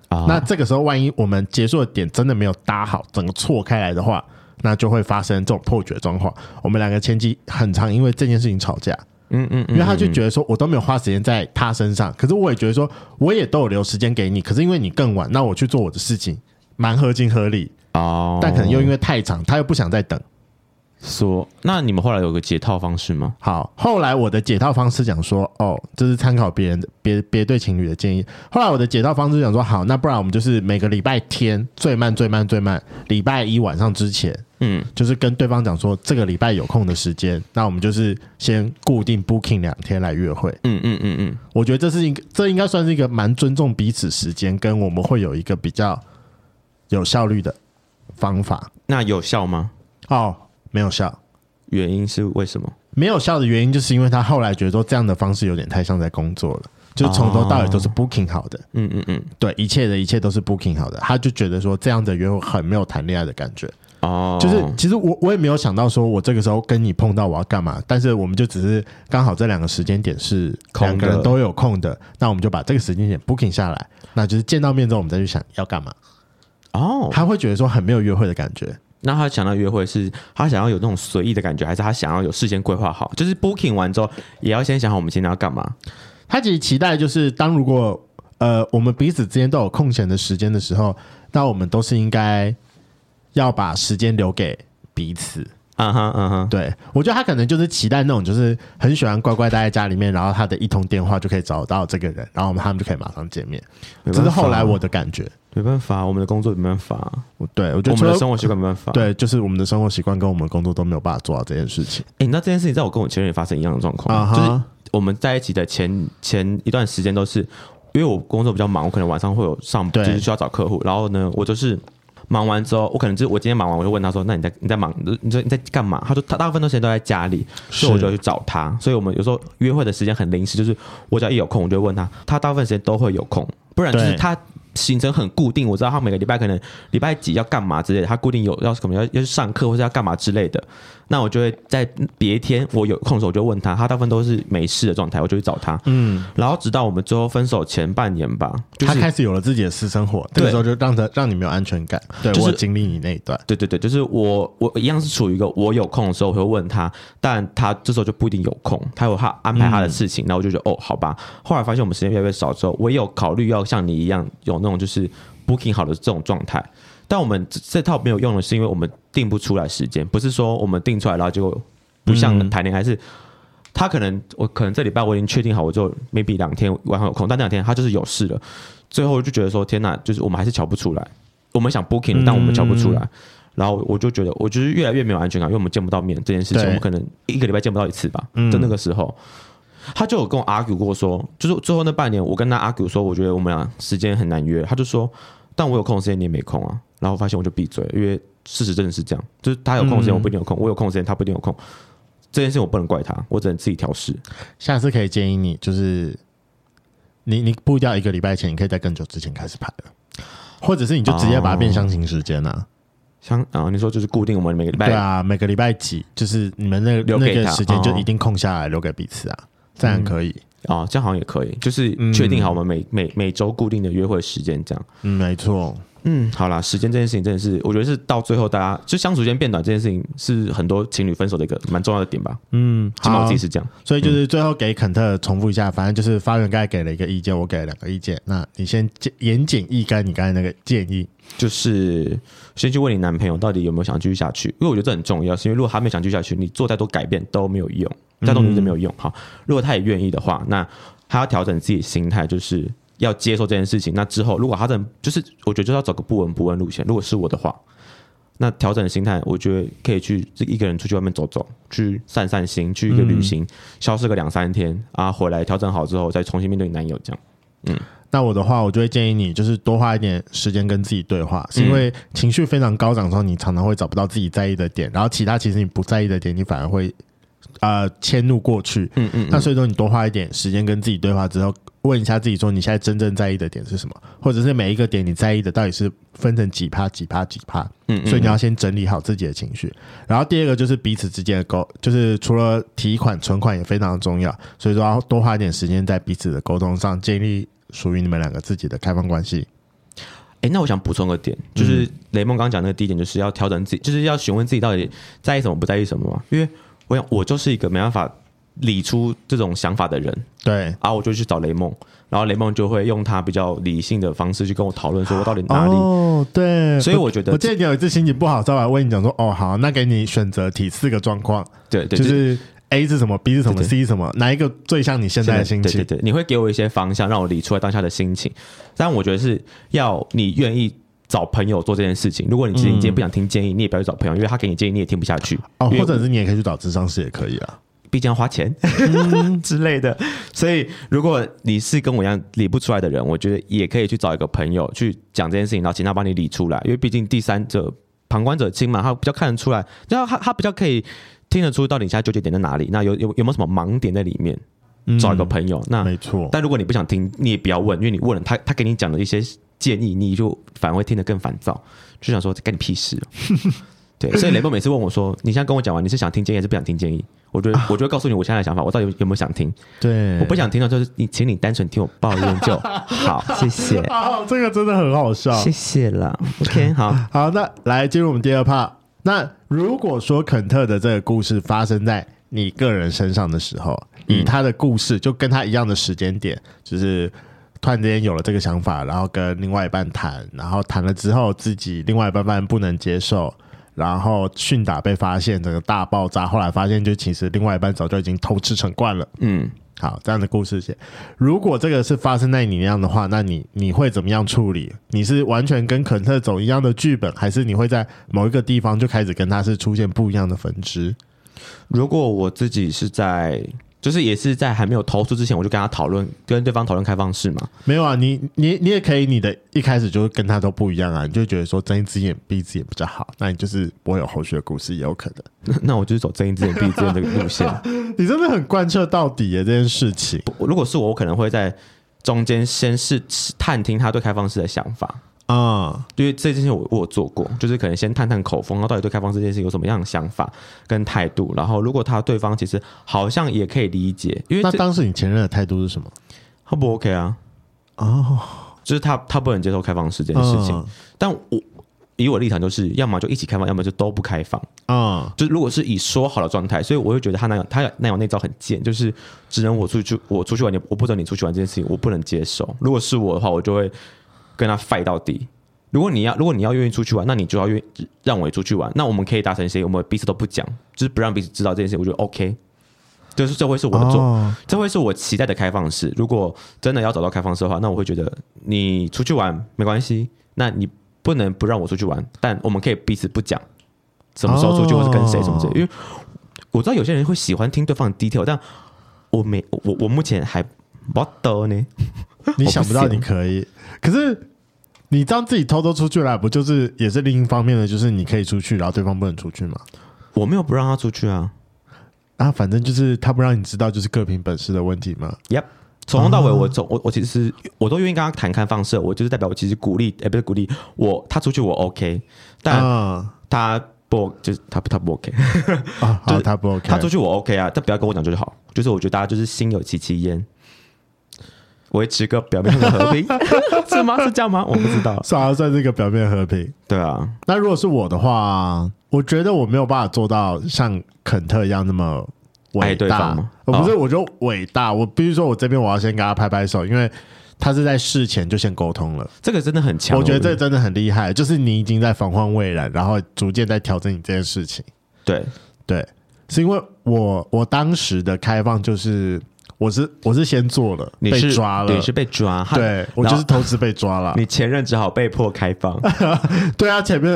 [SPEAKER 2] 啊，
[SPEAKER 1] 那这个时候，万一我们结束的点真的没有搭好，整个错开来的话，那就会发生这种破局的状况。我们两个前期很常因为这件事情吵架，
[SPEAKER 2] 嗯嗯，
[SPEAKER 1] 因为他就
[SPEAKER 2] 得
[SPEAKER 1] 觉得说我都没有花时间在他身上，可是我也觉得说我也都有留时间给你，可是因为你更晚，那我去做我的事情，蛮合情合理。
[SPEAKER 2] 哦，
[SPEAKER 1] 但可能又因为太长，他又不想再等。
[SPEAKER 2] 说，那你们后来有个解套方式吗？
[SPEAKER 1] 好，后来我的解套方式讲说，哦，这是参考别人的别别对情侣的建议。后来我的解套方式讲说，好，那不然我们就是每个礼拜天最慢最慢最慢，礼拜一晚上之前，
[SPEAKER 2] 嗯，
[SPEAKER 1] 就是跟对方讲说这个礼拜有空的时间，那我们就是先固定 booking 两天来约会。
[SPEAKER 2] 嗯嗯嗯嗯，
[SPEAKER 1] 我觉得这是一个，这应该算是一个蛮尊重彼此时间，跟我们会有一个比较有效率的方法。
[SPEAKER 2] 那有效吗？
[SPEAKER 1] 哦，没有效，
[SPEAKER 2] 原因是为什么？
[SPEAKER 1] 没有效的原因就是因为他后来觉得说这样的方式有点太像在工作了，就是从头到尾都是 booking 好的，
[SPEAKER 2] 嗯嗯嗯，
[SPEAKER 1] 对，一切的一切都是 booking 好的，他就觉得说这样的约会很没有谈恋爱的感觉，
[SPEAKER 2] 哦，
[SPEAKER 1] 就是其实我我也没有想到说我这个时候跟你碰到我要干嘛，但是我们就只是刚好这两个时间点是
[SPEAKER 2] 空的
[SPEAKER 1] 两个人都有空的，那我们就把这个时间点 booking 下来，那就是见到面之后我们再去想要干嘛。
[SPEAKER 2] 哦，
[SPEAKER 1] 他会觉得说很没有约会的感觉，
[SPEAKER 2] 那他想要约会是他想要有那种随意的感觉，还是他想要有事先规划好？就是 booking 完之后，也要先想好我们今天要干嘛？
[SPEAKER 1] 他其实期待就是当如果呃我们彼此之间都有空闲的时间的时候，那我们都是应该要把时间留给彼此。
[SPEAKER 2] 嗯哼嗯哼，
[SPEAKER 1] 对，我觉得他可能就是期待那种，就是很喜欢乖乖待在家里面，然后他的一通电话就可以找到这个人，然后我们他们就可以马上见面。
[SPEAKER 2] 没
[SPEAKER 1] 这
[SPEAKER 2] 办
[SPEAKER 1] 是
[SPEAKER 2] 法
[SPEAKER 1] 后来我的感觉。
[SPEAKER 2] 没办法，我们的工作没办法，
[SPEAKER 1] 我对我觉得
[SPEAKER 2] 我们的
[SPEAKER 1] 除了
[SPEAKER 2] 生活习惯没办法。
[SPEAKER 1] 对，就是我们的生活习惯跟我们工作都没有办法做到这件事情
[SPEAKER 2] 哎、你知道这件事情在我跟我前任也发生一样的状况
[SPEAKER 1] 啊
[SPEAKER 2] 就是
[SPEAKER 1] 哈。
[SPEAKER 2] 我们在一起的前前一段时间都是，因为我工作比较忙，我可能晚上会有上，就
[SPEAKER 1] 对
[SPEAKER 2] 是需要找客户。然后呢，我就是忙完之后，我可能就是我今天忙完，我就问他说：“那你在你在忙，你在你在干嘛？”他说：“他大部分的时间都在家里。”所以我就去找他。所以我们有时候约会的时间很临时，就是我只要一有空，我就会问他，他大部分时间都会有空，不然就是
[SPEAKER 1] 对
[SPEAKER 2] 他。行程很固定，我知道他每个礼拜可能礼拜几要干嘛之类的，他固定有要可能要要去上课或者要干嘛之类的，那我就会在别天我有空的时候我就问他，他大部分都是没事的状态，我就去找他，
[SPEAKER 1] 嗯，
[SPEAKER 2] 然后直到我们最后分手前半年吧，就
[SPEAKER 1] 他
[SPEAKER 2] 是
[SPEAKER 1] 开始有了自己的私生活，这个
[SPEAKER 2] 对
[SPEAKER 1] 时候就让他让你没有安全感。对、
[SPEAKER 2] 就是
[SPEAKER 1] 我有经历你那一段，
[SPEAKER 2] 对对对，就是我我一样是处于一个我有空的时候我会问他，但他这时候就不一定有空，他有他安排他的事情，那、我就觉得哦好吧。后来发现我们时间越来越少之后，我也有考虑要像你一样有那种就是 booking 好的这种状态，但我们这这套没有用的是因为我们定不出来时间，不是说我们定出来然后就不像谈恋爱是。他可能，我可能这礼拜我已经确定好，我就 maybe 两天晚上有空，但那两天他就是有事了，最后就觉得说天哪，就是我们还是瞧不出来，我们想 booking，了但我们瞧不出来，然后我就觉得，我就是越来越没有安全感，因为我们见不到面这件事情，
[SPEAKER 1] 对嗯
[SPEAKER 2] 我们可能一个礼拜见不到一次吧。在那个时候，他就有跟我 argue 过说，就是最后那半年，我跟他 argue 说，我觉得我们俩时间很难约。他就说，但我有空的时间你也没空啊。然后我发现我就闭嘴，因为事实真的是这样，就是他有空的时间
[SPEAKER 1] 嗯
[SPEAKER 2] 我不一定有空，我有空的时间他不一定有空。这件事情我不能怪他，我只能自己调试。
[SPEAKER 1] 下次可以建议你，就是你你步调一个礼拜前，你可以在更久之前开始排了，或者是你就直接把它变相亲时间啊。
[SPEAKER 2] 像啊，你说就是固定我们每个礼
[SPEAKER 1] 对
[SPEAKER 2] 拜
[SPEAKER 1] 啊，每个礼拜几，就是你们那个
[SPEAKER 2] 留
[SPEAKER 1] 那
[SPEAKER 2] 给
[SPEAKER 1] 个
[SPEAKER 2] 他
[SPEAKER 1] 时间就
[SPEAKER 2] 哦
[SPEAKER 1] 一定空下来留给彼此啊，这样可以。
[SPEAKER 2] 啊，这样好像也可以，就是
[SPEAKER 1] 嗯
[SPEAKER 2] 确定好我们每每每周固定的约会时间这样。
[SPEAKER 1] 嗯，没错。
[SPEAKER 2] 嗯，好啦，时间这件事情真的是，我觉得是到最后大家就相处时间变短这件事情，是很多情侣分手的一个蛮重要的点吧。
[SPEAKER 1] 嗯，
[SPEAKER 2] 起码我
[SPEAKER 1] 好
[SPEAKER 2] 自己。嗯是这样。
[SPEAKER 1] 所以就是最后给肯特重复一下，反正就是发源刚才给了一个意见，我给了两个意见。那你先简言简意赅你刚才那个建议。
[SPEAKER 2] 就是先去问你男朋友到底有没有想继续下去，因为我觉得这很重要，是因为如果他没有想继续下去，你做再多改变都没有用，再多努力都没有用。好，如果他也愿意的话，那他要调整自己的心态，就是要接受这件事情。那之后，如果他真的就是，我觉得就是要走个不闻不问路线。如果是我的话，那调整心态，我觉得可以去一个人出去外面走走，去散散心，去一个旅行，消失个两三天啊，回来调整好之后再重新面对你男友这样。
[SPEAKER 1] 那我的话，我就会建议你，就是多花一点时间跟自己对
[SPEAKER 2] 嗯
[SPEAKER 1] 话，是因为情绪非常高涨的时候，你常常会找不到自己在意的点，然后其他其实你不在意的点，你反而会呃迁怒过去。
[SPEAKER 2] 嗯嗯
[SPEAKER 1] 那所以说，你多花一点时间跟自己对话之后，问一下自己说，你现在真正在意的点是什么，或者是每一个点你在意的到底是分成几趴、几趴、几趴。
[SPEAKER 2] 嗯
[SPEAKER 1] 所以你要先整理好自己的情绪。然后第二个就是彼此之间的沟，就是除了提款、存款也非常重要，所以说要多花一点时间在彼此的沟通上，建立属于你们两个自己的开放关系。
[SPEAKER 2] 哎、那我想补充个点，就是
[SPEAKER 1] 嗯
[SPEAKER 2] 雷梦刚刚讲那个第一点，就是要调整自己，就是要询问自己到底在意什么，不在意什么嘛。因为我想，我就是一个没办法理出这种想法的人，
[SPEAKER 1] 对，
[SPEAKER 2] 啊，我就去找雷梦，然后雷梦就会用他比较理性的方式去跟我讨论，说我到底哪里。
[SPEAKER 1] 哦，对，
[SPEAKER 2] 所以我觉得
[SPEAKER 1] 我记得你有一次心情不好的时候，我还问你讲说，哦，好，那给你选择题四个状况，
[SPEAKER 2] 对对，
[SPEAKER 1] 就
[SPEAKER 2] 对
[SPEAKER 1] 是 A 是什么，B 是什么
[SPEAKER 2] 对对
[SPEAKER 1] ，C 是什么，哪一个最像你现在的心
[SPEAKER 2] 对
[SPEAKER 1] 情？
[SPEAKER 2] 对对，你会给我一些方向，让我理出来当下的心情。但我觉得是要你愿意找朋友做这件事情。如果你今天今天不想听建议，你也不要去找朋友，因为他给你建议你也听不下去。
[SPEAKER 1] 嗯哦，
[SPEAKER 2] 因为
[SPEAKER 1] 或者是你也可以去找智商师也可以啊。
[SPEAKER 2] 毕竟要花钱、 之类的。所以，如果你是跟我一样理不出来的人，我觉得也可以去找一个朋友去讲这件事情，然后请他帮你理出来，因为毕竟第三者、旁观者清嘛，他比较看得出来，然后他他比较可以听得出到底你现在纠结点在哪里，那有有有没有什么盲点在里面？
[SPEAKER 1] 嗯
[SPEAKER 2] 找一个朋友，啊那
[SPEAKER 1] 没错，
[SPEAKER 2] 但如果你不想听，你也不要问，因为你问了他，他给你讲 的一些建议，你就反而会听得更烦躁，就想说干你屁事哦、 对，所以雷梦每次问我说：“你现在跟我讲完，你是想听建议还是不想听建议？”我觉得，我就会告诉你我现在的想法，我到底有有没有想听。
[SPEAKER 1] 啊对，
[SPEAKER 2] 我不想听到就是你，请你单纯听我抱怨就 好，谢谢，
[SPEAKER 1] 啊，这个真的很好笑。
[SPEAKER 2] 谢谢啦。OK，好，
[SPEAKER 1] 好，那来进入我们第二 part。那如果说肯特的这个故事发生在你个人身上的时候，以他的故事就跟他一样的时间点，就是突然之间有了这个想法，然后跟另外一半谈，然后谈了之后自己另外一半半不能接受，然后训打被发现，整个大爆炸，后来发现就其实另外一半早就已经偷吃成惯了。
[SPEAKER 2] 嗯，
[SPEAKER 1] 好，这样的故事写。如果这个是发生在你那样的话，那你你会怎么样处理？你是完全跟肯特走一样的剧本，还是你会在某一个地方就开始跟他是出现不一样的分支？
[SPEAKER 2] 如果我自己是在，就是也是在还没有投诉之前，我就跟他讨论，跟对方讨论开放式嘛。
[SPEAKER 1] 没有啊，你你你也可以，你的一开始就跟他都不一样啊，你就觉得说睁一只眼闭一只眼比较好，那你就是不会有后续的故事也有可能。
[SPEAKER 2] 那那我就是走睁一只眼闭一只眼这个路线。
[SPEAKER 1] 你真的很贯彻到底的这件事情
[SPEAKER 2] 不如果是我，我可能会在中间先是探听他对开放式的想法，
[SPEAKER 1] 啊、
[SPEAKER 2] 因为这件事情我我有做过，就是可能先探探口风，然后到底对开放式这件事情有什么样的想法跟态度，然后如果他对方其实好像也可以理解，因为
[SPEAKER 1] 那
[SPEAKER 2] 这
[SPEAKER 1] 当时你前任的态度是什么？
[SPEAKER 2] 他不 OK 啊，
[SPEAKER 1] 哦，嗯
[SPEAKER 2] 就是他他不能接受开放式这件事情，但我。以我立场就是，要么就一起开放，要么就都不开放。
[SPEAKER 1] 啊、
[SPEAKER 2] 就是如果是以说好的状态，所以我会觉得他男友他男友那招很贱，就是只能我出去我出去玩，你我不准你出去玩这件事情，我不能接受。如果是我的话，我就会跟他 fight 到底。如果你要如果你要愿意出去玩，那你就要愿意让我也出去玩。那我们可以达成协议，我们彼此都不讲，就是不让彼此知道这件事情，我觉得 OK。就是这会是我的做，
[SPEAKER 1] 哦
[SPEAKER 2] 这会是我期待的开放式。如果真的要找到开放式的话，那我会觉得你出去玩没关系，那你不能不让我出去玩，但我们可以彼此不讲什么时候出去
[SPEAKER 1] 哦
[SPEAKER 2] 或是跟谁什么之类的。因为我知道有些人会喜欢听对方的 detail，但我没我我目前还不懂呢。
[SPEAKER 1] 你想不到
[SPEAKER 2] 我不
[SPEAKER 1] 你
[SPEAKER 2] 行
[SPEAKER 1] 可以，可是你这样自己偷偷出去了，不就是也是另一方面的，就是你可以出去，然后对方不能出去嘛？
[SPEAKER 2] 我没有不让他出去啊。
[SPEAKER 1] 啊，反正就是他不让你知道，就是各凭本事的问题嘛。
[SPEAKER 2] Yep，从头到尾我从我我其实我都愿意跟他谈开放式，我就是代表我其实鼓励，哎、不是鼓励我他出去我 OK，但
[SPEAKER 1] 啊
[SPEAKER 2] 他不就是他他不 OK。
[SPEAKER 1] 啊，
[SPEAKER 2] 就
[SPEAKER 1] 好，
[SPEAKER 2] 是
[SPEAKER 1] 他不 OK，
[SPEAKER 2] 他出去我 OK 啊，但不要跟我讲就好。就是我觉得大家就是心有戚戚焉，维持个表面上的 和平，是吗？是这样吗？我不知道。
[SPEAKER 1] 算了算是一个表面和平。
[SPEAKER 2] 对啊，
[SPEAKER 1] 那如果是我的话，我觉得我没有办法做到像肯特一样那么伟
[SPEAKER 2] 爱对
[SPEAKER 1] 大
[SPEAKER 2] 方吗。
[SPEAKER 1] 我不是，
[SPEAKER 2] 哦
[SPEAKER 1] 我就伟大。我必须说，我这边我要先跟他拍拍手，因为他是在事前就先沟通了。
[SPEAKER 2] 这个真的很强。
[SPEAKER 1] 我觉得这真的很厉害，就是你已经在防患未然，然后逐渐在调整你这件事情。
[SPEAKER 2] 对，
[SPEAKER 1] 对，是因为我我当时的开放就是我是我是先做了，
[SPEAKER 2] 你
[SPEAKER 1] 被
[SPEAKER 2] 是
[SPEAKER 1] 抓了
[SPEAKER 2] 你，是被抓，他
[SPEAKER 1] 对我就是偷吃被抓了。
[SPEAKER 2] 你前任只好被迫开放。
[SPEAKER 1] 对啊，前面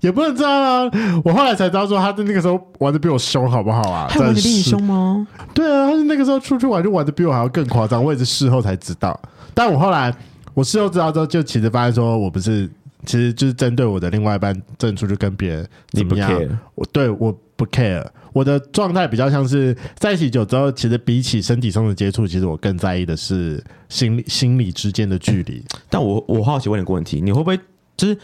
[SPEAKER 1] 也不能这样啊！我后来才知道说，他在那个时候玩的比我凶，好不好啊？
[SPEAKER 2] 还有你
[SPEAKER 1] 真是
[SPEAKER 2] 比你凶吗？
[SPEAKER 1] 对啊，他那个时候出去玩就玩的比我还要更夸张，我也是事后才知道。但我后来我事后知道之后，就其实发现说我不是，其实就是针对我的另外一半正出去跟别人
[SPEAKER 2] 你
[SPEAKER 1] 怎
[SPEAKER 2] 不
[SPEAKER 1] 么样，
[SPEAKER 2] care，
[SPEAKER 1] 我对我不 care。我的状态比较像是在一起久之后，其实比起身体上的接触，其实我更在意的是心理心理之间的距离。
[SPEAKER 2] 但我我好奇问你个问题，你会不会就是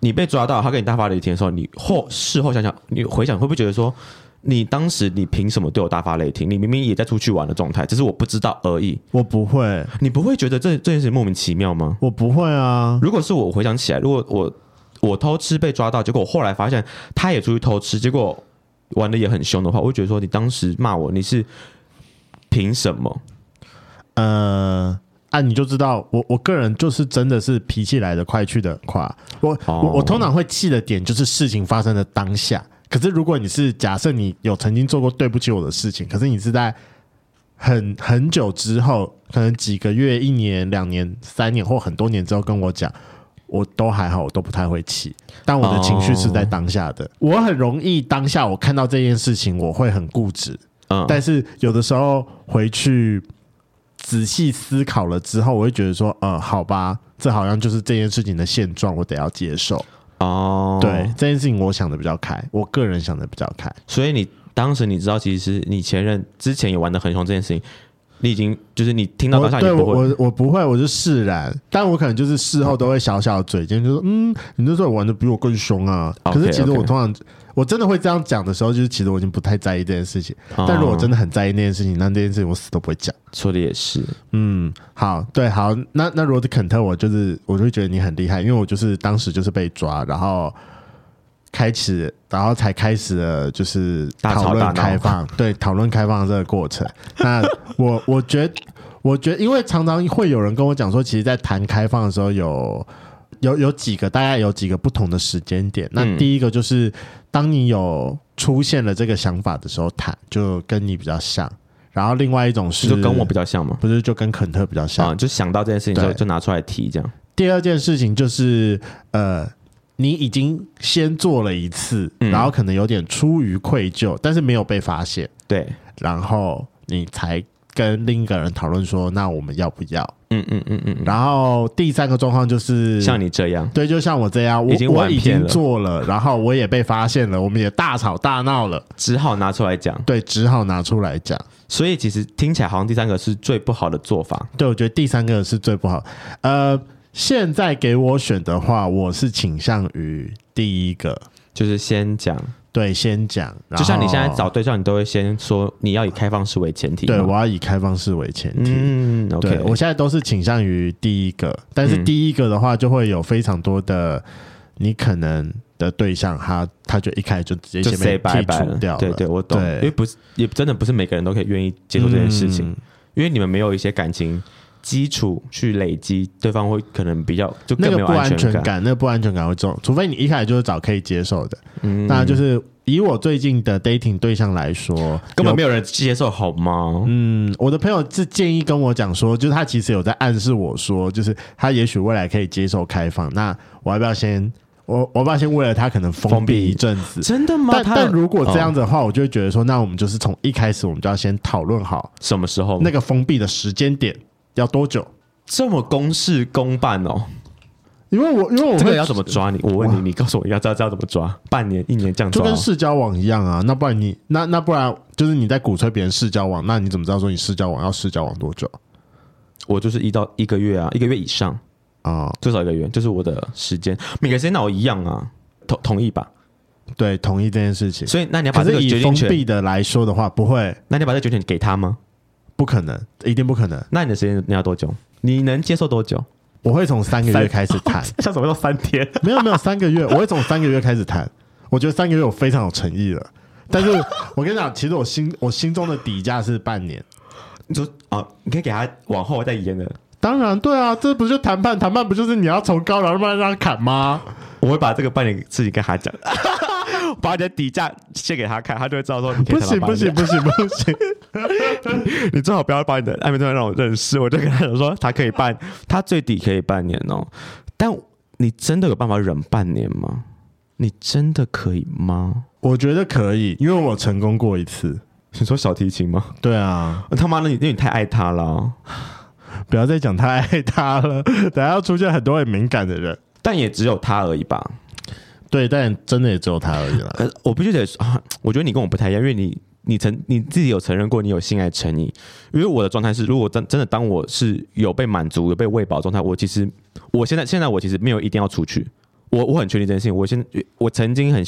[SPEAKER 2] 你被抓到，他跟你大发雷霆的时候，你后事后想想，你回想会不会觉得说，你当时你凭什么对我大发雷霆？你明明也在出去玩的状态，只是我不知道而已。
[SPEAKER 1] 我不会，
[SPEAKER 2] 你不会觉得这这件事情莫名其妙吗？
[SPEAKER 1] 我不会啊！
[SPEAKER 2] 如果是我回想起来，如果我我偷吃被抓到，结果我后来发现他也出去偷吃，结果玩的也很凶的话，我会觉得说你当时骂我，你是凭什么？
[SPEAKER 1] 呃，啊，你就知道我我个人就是真的是脾气来的快，去的很快。我、
[SPEAKER 2] 哦
[SPEAKER 1] 我我通常会气的点就是事情发生的当下。可是如果你是假设你有曾经做过对不起我的事情，可是你是在很很久之后，可能几个月、一年、两年、三年或很多年之后跟我讲，我都还好，我都不太会气，但我的情绪是在当下的。我很容易当下我看到这件事情，我会很固执，
[SPEAKER 2] 嗯，
[SPEAKER 1] 但是有的时候回去仔细思考了之后，我会觉得说，呃，好吧，这好像就是这件事情的现状，我得要接受。
[SPEAKER 2] 哦，
[SPEAKER 1] 对，这件事情，我想的比较开，我个人想的比较开。
[SPEAKER 2] 所以你当时你知道，其实你前任之前也玩的很凶这件事情，你已经就是你听到
[SPEAKER 1] 我
[SPEAKER 2] 当下你
[SPEAKER 1] 对
[SPEAKER 2] 不
[SPEAKER 1] 我
[SPEAKER 2] 会，
[SPEAKER 1] 我我不会，我是释然，但我可能就是事后都会小小嘴尖，就说嗯，你那时候玩的比我更凶啊。
[SPEAKER 2] OK，
[SPEAKER 1] 可是其实
[SPEAKER 2] OK
[SPEAKER 1] 我通常我真的会这样讲的时候，就是其实我已经不太在意这件事情。但如果我真
[SPEAKER 2] 的
[SPEAKER 1] 的很在意那件事情，那这件事情我死都不会讲。
[SPEAKER 2] 哦说的也是，
[SPEAKER 1] 嗯，好，对，好，那那如果是肯特，我就是我就会觉得你很厉害，因为我就是当时就是被抓，然后开始，然后才开始了就是
[SPEAKER 2] 大
[SPEAKER 1] 讨
[SPEAKER 2] 吵 大
[SPEAKER 1] 论
[SPEAKER 2] 闹
[SPEAKER 1] 开放，对，讨论开放的这个过程。 那我我觉得，我觉得，因为常常会有人跟我讲说，其实，在谈开放的时候有。有有几个，大概有几个不同的时间点。那
[SPEAKER 2] 嗯
[SPEAKER 1] 第一个就是，当你有出现了这个想法的时候谈，就跟你比较像。然后另外一种是，
[SPEAKER 2] 就跟我比较像嘛，
[SPEAKER 1] 不是就跟肯特比较像。
[SPEAKER 2] 啊，就想到这件事情之后
[SPEAKER 1] 对
[SPEAKER 2] 就拿出来提这样，
[SPEAKER 1] 第二件事情就是，呃，你已经先做了一次，
[SPEAKER 2] 嗯
[SPEAKER 1] 然后可能有点出于愧疚，但是没有被发现，
[SPEAKER 2] 对，
[SPEAKER 1] 然后你才跟另一个人讨论说，那我们要不要？
[SPEAKER 2] 嗯嗯嗯嗯
[SPEAKER 1] 然后第三个状况就是，
[SPEAKER 2] 嗯，像你这样，
[SPEAKER 1] 对，就像我这样，我
[SPEAKER 2] 已经
[SPEAKER 1] 我
[SPEAKER 2] 玩
[SPEAKER 1] 已
[SPEAKER 2] 遍
[SPEAKER 1] 经
[SPEAKER 2] 了
[SPEAKER 1] 做了，然后我也被发现了，我们也大吵大闹了，
[SPEAKER 2] 只好拿出来讲，
[SPEAKER 1] 对，只好拿出来讲。
[SPEAKER 2] 所以其实听起来好像第三个是最不好的做法，
[SPEAKER 1] 对，我觉得第三个是最不好。呃，现在给我选的话，我是倾向于第一个，
[SPEAKER 2] 就是先讲，
[SPEAKER 1] 对，先讲。然
[SPEAKER 2] 就像你现在
[SPEAKER 1] 后
[SPEAKER 2] 找对象，你都会先说你要以开放式为前提嘛，
[SPEAKER 1] 对，我要以开放式为前提。
[SPEAKER 2] 嗯
[SPEAKER 1] 对
[SPEAKER 2] ，OK，
[SPEAKER 1] 我现在都是倾向于第一个，但是
[SPEAKER 2] 嗯
[SPEAKER 1] 第一个的话就会有非常多的，你可能的对象他他就一开始就直接
[SPEAKER 2] 就
[SPEAKER 1] 先被
[SPEAKER 2] say 拜
[SPEAKER 1] 剔
[SPEAKER 2] 拜
[SPEAKER 1] 除
[SPEAKER 2] 了。
[SPEAKER 1] 掉了，
[SPEAKER 2] 对对，我懂，
[SPEAKER 1] 对
[SPEAKER 2] 因为不是也真的不是每个人都可以愿意接受这件事情，
[SPEAKER 1] 嗯
[SPEAKER 2] 因为你们没有一些感情基础去累积，对方会可能比较就
[SPEAKER 1] 那
[SPEAKER 2] 更没
[SPEAKER 1] 个
[SPEAKER 2] 有
[SPEAKER 1] 不安
[SPEAKER 2] 全
[SPEAKER 1] 全感，那个不安全感会重，除非你一开始就是找可以接受的。
[SPEAKER 2] 嗯
[SPEAKER 1] 那就是以我最近的 dating 对象来说，
[SPEAKER 2] 根本
[SPEAKER 1] 有
[SPEAKER 2] 没有人接受好吗？
[SPEAKER 1] 嗯，我的朋友是建议跟我讲说，就是他其实有在暗示我说，就是他也许未来可以接受开放，那我要不要先我我要不要先为了他可能封
[SPEAKER 2] 封
[SPEAKER 1] 闭
[SPEAKER 2] 闭
[SPEAKER 1] 一阵子？
[SPEAKER 2] 真的吗？
[SPEAKER 1] 但
[SPEAKER 2] 他
[SPEAKER 1] 但如果这样子的话，我就会觉得说，那我们就是从一开始我们就要先讨论好
[SPEAKER 2] 什么时候
[SPEAKER 1] 那个封闭的时间点要多久，
[SPEAKER 2] 这么公事公办哦？
[SPEAKER 1] 因为我因为我
[SPEAKER 2] 这个
[SPEAKER 1] 会
[SPEAKER 2] 要怎么抓你？我问你，你告诉我要知道这要怎么抓？半年、一年这样
[SPEAKER 1] 就
[SPEAKER 2] 抓
[SPEAKER 1] 跟
[SPEAKER 2] 哦？
[SPEAKER 1] 世交往一样啊，那不然你那那不然就是你在鼓吹别人世交往，那你怎么知道说你世交往要世交往多久
[SPEAKER 2] 我就是一到一个月啊，一个月以上，
[SPEAKER 1] 啊、
[SPEAKER 2] 最少一个月，就是我的时间，每个时间那我一样啊，同同意吧？
[SPEAKER 1] 对，同意这件事情。
[SPEAKER 2] 所以那你要把
[SPEAKER 1] 可
[SPEAKER 2] 这
[SPEAKER 1] 是
[SPEAKER 2] 个决
[SPEAKER 1] 以
[SPEAKER 2] 定
[SPEAKER 1] 封
[SPEAKER 2] 权，
[SPEAKER 1] 闭的来说的话，不会，
[SPEAKER 2] 那你要把这个决定权给他吗？
[SPEAKER 1] 不可能，一定不可能。
[SPEAKER 2] 那你的时间你要多久？你能接受多 久？
[SPEAKER 1] 我会从三个月开始 谈，
[SPEAKER 2] 像什么叫三天？
[SPEAKER 1] 没有没有三个月，我会从三个月开始谈。我觉得三个月我非常有诚意了，但是我跟你讲，其实我心我心中的底价是半年。
[SPEAKER 2] 你说啊，你可以给他往后再延的。
[SPEAKER 1] 当然，对啊，这不就谈判？谈判不就是你要从高然后慢慢让他砍吗？
[SPEAKER 2] 我会把这个半年事情跟他讲， 把你的底价先给他看，他就会知道说你可
[SPEAKER 1] 不
[SPEAKER 2] 以谈到
[SPEAKER 1] 行
[SPEAKER 2] 半
[SPEAKER 1] 不行，
[SPEAKER 2] 年
[SPEAKER 1] 不行不行，
[SPEAKER 2] 你最好不要把你的暧昧对象让我认识。我就跟他讲说，他可以办，他最低可以半年哦。但你真的有办法忍半年吗？你真的可以吗？
[SPEAKER 1] 我觉得可以，因为我成功过一次。
[SPEAKER 2] 你说小提琴吗？
[SPEAKER 1] 对啊，
[SPEAKER 2] 他妈的，你因为你太爱他了哦、
[SPEAKER 1] 不要再讲太爱他了， 等下要出现很多很敏感的人。
[SPEAKER 2] 但也只有他而已吧。
[SPEAKER 1] 对，但真的也只有他而已啦。
[SPEAKER 2] 可是我必须得说啊，我觉得你跟我不太一样，因为你你承你自己有承认过你有性爱成瘾，因为我的状态是，如果真真的当我是有被满足、有被喂饱的状态，我其实我现在现在我其实没有一定要出去，我我很确定这件事情，我现我曾经很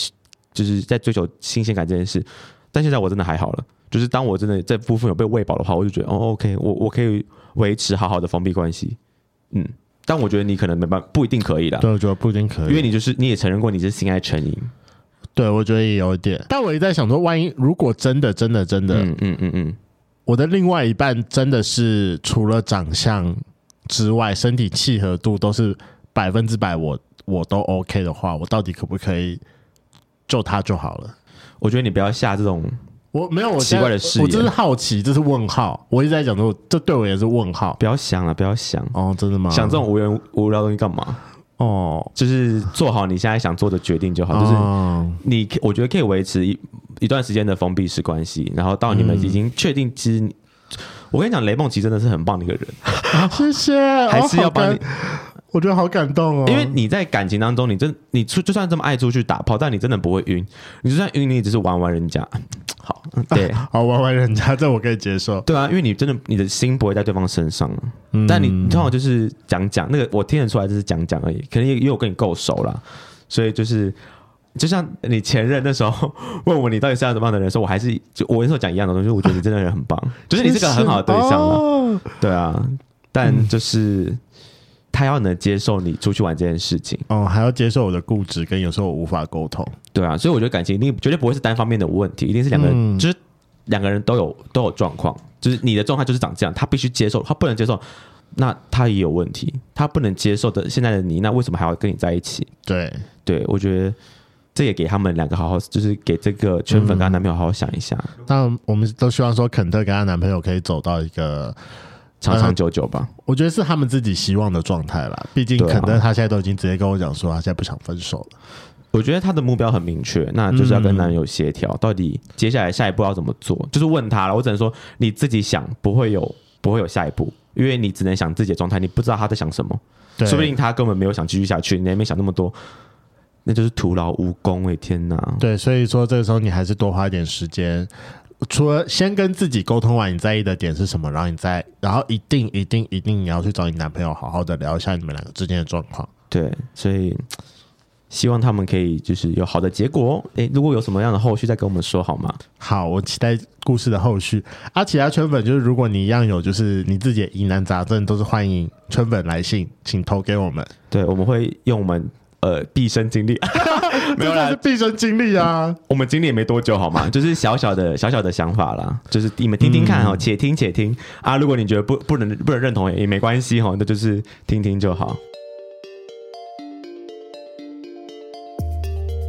[SPEAKER 2] 就是在追求新鲜感这件事，但现在我真的还好了，就是当我真的这部分有被喂饱的话，我就觉得哦，OK，我我可以维持好好的封闭关系，嗯，但我觉得你可能没办法，不一定可以啦。
[SPEAKER 1] 对，我觉得不一定可以，
[SPEAKER 2] 因为你就是你也承认过你是性爱成瘾，
[SPEAKER 1] 对，我觉得也有一点。但我也在想说，万一如果真的、真的、真的，
[SPEAKER 2] 嗯嗯嗯嗯，
[SPEAKER 1] 我的另外一半真的是除了长相之外，身体契合度都是百分之百我，我都 OK 的话，我到底可不可以就他就好了？
[SPEAKER 2] 我觉得你不要下这种，
[SPEAKER 1] 我没有，我
[SPEAKER 2] 奇怪的
[SPEAKER 1] 事，
[SPEAKER 2] 誓
[SPEAKER 1] 我
[SPEAKER 2] 言
[SPEAKER 1] 真是好奇，这是问号。我一直在讲说，这对我也是问号。
[SPEAKER 2] 不要想了，不要想，
[SPEAKER 1] 哦，真的吗？
[SPEAKER 2] 想这种无缘无聊的东西干嘛？
[SPEAKER 1] 哦，
[SPEAKER 2] 就是做好你现在想做的决定就好。就是
[SPEAKER 1] 哦
[SPEAKER 2] 你可，我觉得可以维持一一段时间的封闭式关系，然后到你们已经确定，其实你我跟你讲，雷梦其实真的是很棒的一个人，
[SPEAKER 1] 啊谢谢，
[SPEAKER 2] 还是要帮你
[SPEAKER 1] 哦。我觉得好感动哦，
[SPEAKER 2] 因为你在感情当中，你真你出就算这么爱出去打炮，但你真的不会晕。你就算晕，你也只是玩玩人家。好，对
[SPEAKER 1] 好玩玩人家，这我可以接受。嗯
[SPEAKER 2] 对啊，因为你真的你的心不会在对方身上，啊 但你你通常就是讲讲那个，我听得出来就是讲讲而已。可能因为我跟你够熟啦，所以就是就像你前任那时候 问我你到底是要什么样的人的时候，我还是就我那时候讲一样的东西，我觉得你真的人很棒，就是你是个很好的对象啊。
[SPEAKER 1] 哦
[SPEAKER 2] 对啊，但就是他要能接受你出去玩这件事情，
[SPEAKER 1] 哦，还要接受我的固执，跟有时候我无法沟通。
[SPEAKER 2] 对啊，所以我觉得感情一定绝对不会是单方面的问题，一定是两个人，
[SPEAKER 1] 嗯
[SPEAKER 2] 就是两个人都有都有状况，就是你的状态就是长这样，他必须接受，他不能接受，那他也有问题，他不能接受的现在的你，那为什么还要跟你在一起？
[SPEAKER 1] 对，
[SPEAKER 2] 对我觉得。这也给他们两个好好，就是给这个圈粉跟她男朋友好好想一下，
[SPEAKER 1] 但我们都希望说，肯特跟她男朋友可以走到一个，
[SPEAKER 2] 长长久久吧。
[SPEAKER 1] 我觉得是他们自己希望的状态啦。毕竟
[SPEAKER 2] 对啊
[SPEAKER 1] 肯特他现在都已经直接跟我讲说，他现在不想分手了。
[SPEAKER 2] 我觉得她的目标很明确，那就是要跟男友协调，到底接下来下一步要怎么做，就是问他了。我只能说你自己想，不会有不会有下一步，因为你只能想自己的状态，你不知道他在想什么，
[SPEAKER 1] 对，
[SPEAKER 2] 说不定他根本没有想继续下去，你还没想那么多，那就是徒劳无功哎、天哪！
[SPEAKER 1] 对，所以说这个时候你还是多花一点时间。除了先跟自己沟通完你在意的点是什么，然后你再，然后一定一定一定你要去找你男朋友好好的聊一下你们两个之间的状况。
[SPEAKER 2] 对，所以希望他们可以就是有好的结果。哎、如果有什么样的后续再跟我们说好吗？
[SPEAKER 1] 好，我期待故事的后续。啊，其他圈粉就是，如果你一样有就是你自己的疑难杂症，都是欢迎圈粉来信，请投给我们。
[SPEAKER 2] 对，我们会用我们呃毕生经历，没有
[SPEAKER 1] 这才
[SPEAKER 2] 啦
[SPEAKER 1] 是，毕生经历啊！
[SPEAKER 2] 我们经历也没多久，好 吗？就是小小的小小的想法啦，就是你们听听
[SPEAKER 3] 嗯
[SPEAKER 2] 看哦，且听且听啊。如果你觉得不不能不能认同也也没关系哦，那就是听听就好。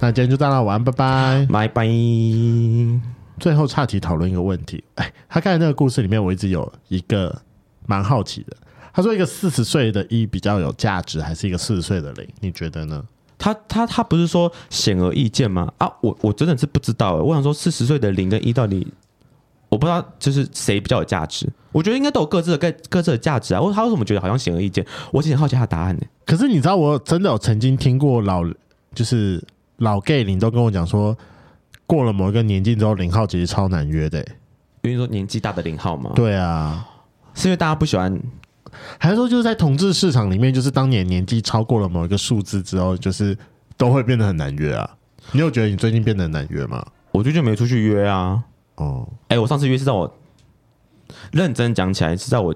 [SPEAKER 1] 那今天就到那，晚安，拜拜。
[SPEAKER 2] 拜拜。
[SPEAKER 1] 最后岔题讨论一个问题，哎，他刚才那个故事里面，我一直有一个蛮好奇的。他说，一个四十岁的一比较有价值，还是一个四十岁的零？你觉得呢？
[SPEAKER 2] 他他他不是说显而易见吗？啊，我我真的是不知道欸。我想说，四十岁的零跟一到底，我不知道就是谁比较有价值。我觉得应该都有各自的各各自的价值啊。我他为什么觉得好像显而易见？我其实很好奇他的答案呢、欸
[SPEAKER 1] 可是你知道，我真的有曾经听过老，就是老 gay 零都跟我讲说，过了某一个年纪之后，零号其实超难约的、哎
[SPEAKER 2] 因为说年纪大的零号嘛，
[SPEAKER 1] 对啊，
[SPEAKER 2] 是因为大家不喜欢
[SPEAKER 1] 还是说就是在同志市场里面，就是当你的年纪超过了某一个数字之后，就是都会变得很难约啊？你有觉得你最近变得很难约吗？
[SPEAKER 2] 我最近没出去约啊。
[SPEAKER 1] 哦，
[SPEAKER 2] 哎、我上次约是在我认真讲起来是在我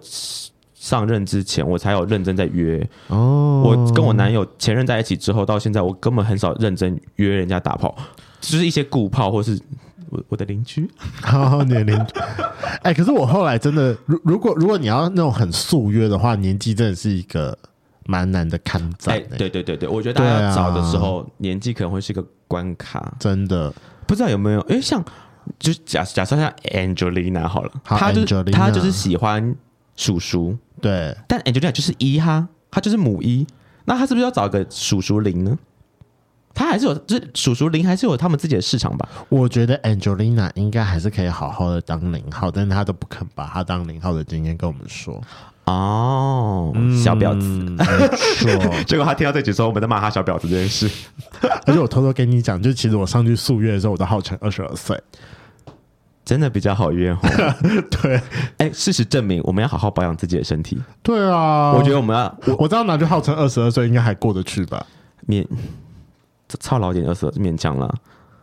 [SPEAKER 2] 上任之前，我才有认真在约。
[SPEAKER 1] 哦
[SPEAKER 2] 我跟我男友前任在一起之后，到现在我根本很少认真约人家打炮，就是一些顾炮或是我我的邻居。啊
[SPEAKER 1] 好，年龄。 哎、可是我后来真的，如如果如果你要那种很速约的话，年纪真的是一个蛮难的看
[SPEAKER 2] 哎、
[SPEAKER 1] 展、欸。
[SPEAKER 2] 对对对对，我觉得大家
[SPEAKER 1] 对啊
[SPEAKER 2] 要找的时候，年纪可能会是一个关卡，
[SPEAKER 1] 真的。
[SPEAKER 2] 不知道有没有？哎、像就假假设像 Angelina 好了，
[SPEAKER 1] 好
[SPEAKER 2] 她就是她
[SPEAKER 1] Angelina
[SPEAKER 2] 就是喜欢叔叔，
[SPEAKER 1] 对，
[SPEAKER 2] 但 Angelina 就是一哈，她就是母一，那她是不是要找个叔叔零呢？她还是有，就是叔叔零还是有他们自己的市场吧？
[SPEAKER 1] 我觉得 Angelina 应该还是可以好好的当零号，但是她都不肯把她当零号的经验跟我们说。
[SPEAKER 2] 哦，小婊子。
[SPEAKER 1] 嗯，没 错。
[SPEAKER 2] 结果他听到这集之后，我们在骂他小婊子这件事。
[SPEAKER 1] 而且我偷偷跟你讲，就其实我上去速约的时候，我都号称二十二岁。
[SPEAKER 2] 真的比较好约哦。
[SPEAKER 1] 对，
[SPEAKER 2] 哎，事实证明，我们要好好保养自己的身体。
[SPEAKER 1] 对啊，
[SPEAKER 2] 我觉得我们要
[SPEAKER 1] 我我这样拿去号称二十二岁，应该还过得去吧？
[SPEAKER 2] 勉操劳一点，二十勉强啦。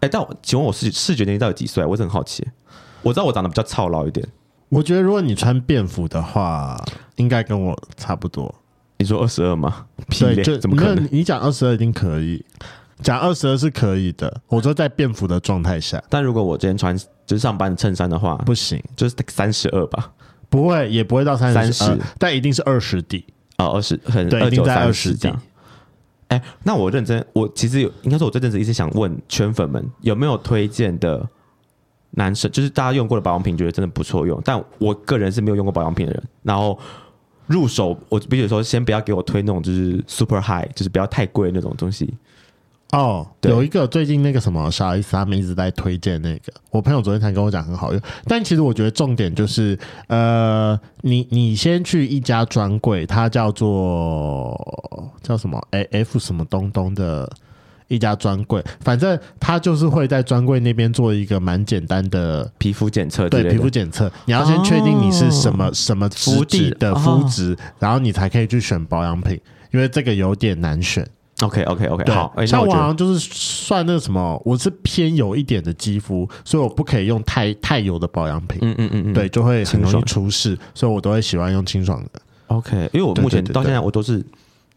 [SPEAKER 2] 哎，但我请问我视视觉年龄到底几岁啊？我是很好奇。我知道我长得比较操劳一点。
[SPEAKER 1] 我觉得如果你穿便服的话，应该跟我差不多。
[SPEAKER 2] 你说二十二吗？屁
[SPEAKER 1] 对，
[SPEAKER 2] 嘞
[SPEAKER 1] 就，
[SPEAKER 2] 怎么可
[SPEAKER 1] 没
[SPEAKER 2] 能
[SPEAKER 1] 有？你讲二十二一定可以，讲二十二是可以的。我说在便服的状态下
[SPEAKER 2] 但如果我今天穿就是上班的衬衫的话，
[SPEAKER 1] 不行，
[SPEAKER 2] 就是三十二吧？
[SPEAKER 1] 不会也不会到三呃
[SPEAKER 2] 30
[SPEAKER 1] 但一定是二十底。
[SPEAKER 2] 哦，二十很
[SPEAKER 1] 对
[SPEAKER 2] 二
[SPEAKER 1] 一定
[SPEAKER 2] 九
[SPEAKER 1] 在
[SPEAKER 2] 三
[SPEAKER 1] 20
[SPEAKER 2] 这样
[SPEAKER 1] 底。
[SPEAKER 2] 哎、哎、那我认真，我其实有应该说，我这阵子一直想问圈粉们有没有推荐的男生，就是大家用过的保养品，觉得真的不错用，但我个人是没有用过保养品的人。然后入手，我必须说，先不要给我推那种就是 super high，就是不要太贵那种东西。
[SPEAKER 1] 哦，
[SPEAKER 2] 对
[SPEAKER 1] 有一个最近那个什么小 S 他们一直在推荐那个，我朋友昨天才跟我讲很好用，但其实我觉得重点就是，呃，你你先去一家专柜，它叫做叫什么 A F 什么东东的。一家专柜，反正它就是会在专柜那边做一个蛮简单的
[SPEAKER 2] 皮肤检测之
[SPEAKER 1] 对
[SPEAKER 2] 类
[SPEAKER 1] 皮肤
[SPEAKER 2] 的，
[SPEAKER 1] 检测，你要先确定你是什么、什么肤
[SPEAKER 2] 哦肤
[SPEAKER 1] 质
[SPEAKER 2] 质
[SPEAKER 1] 的
[SPEAKER 2] 哦
[SPEAKER 1] 肤质，然后你才可以去选保养品，因为这个有点难选。
[SPEAKER 2] OK OK OK，
[SPEAKER 1] 对，
[SPEAKER 2] 好，哎、那
[SPEAKER 1] 像
[SPEAKER 2] 我
[SPEAKER 1] 我
[SPEAKER 2] 觉
[SPEAKER 1] 好
[SPEAKER 2] 得
[SPEAKER 1] 像就是算那个什么，我是偏油一点的肌肤，所以我不可以用太太油的保养品，
[SPEAKER 2] 嗯嗯嗯嗯，
[SPEAKER 1] 对，就会很容易
[SPEAKER 2] 清爽
[SPEAKER 1] 出事，所以我都会喜欢用清爽的。
[SPEAKER 2] OK，因为我
[SPEAKER 1] 对
[SPEAKER 2] 目前
[SPEAKER 1] 对对
[SPEAKER 2] 到现
[SPEAKER 1] 对
[SPEAKER 2] 在我都是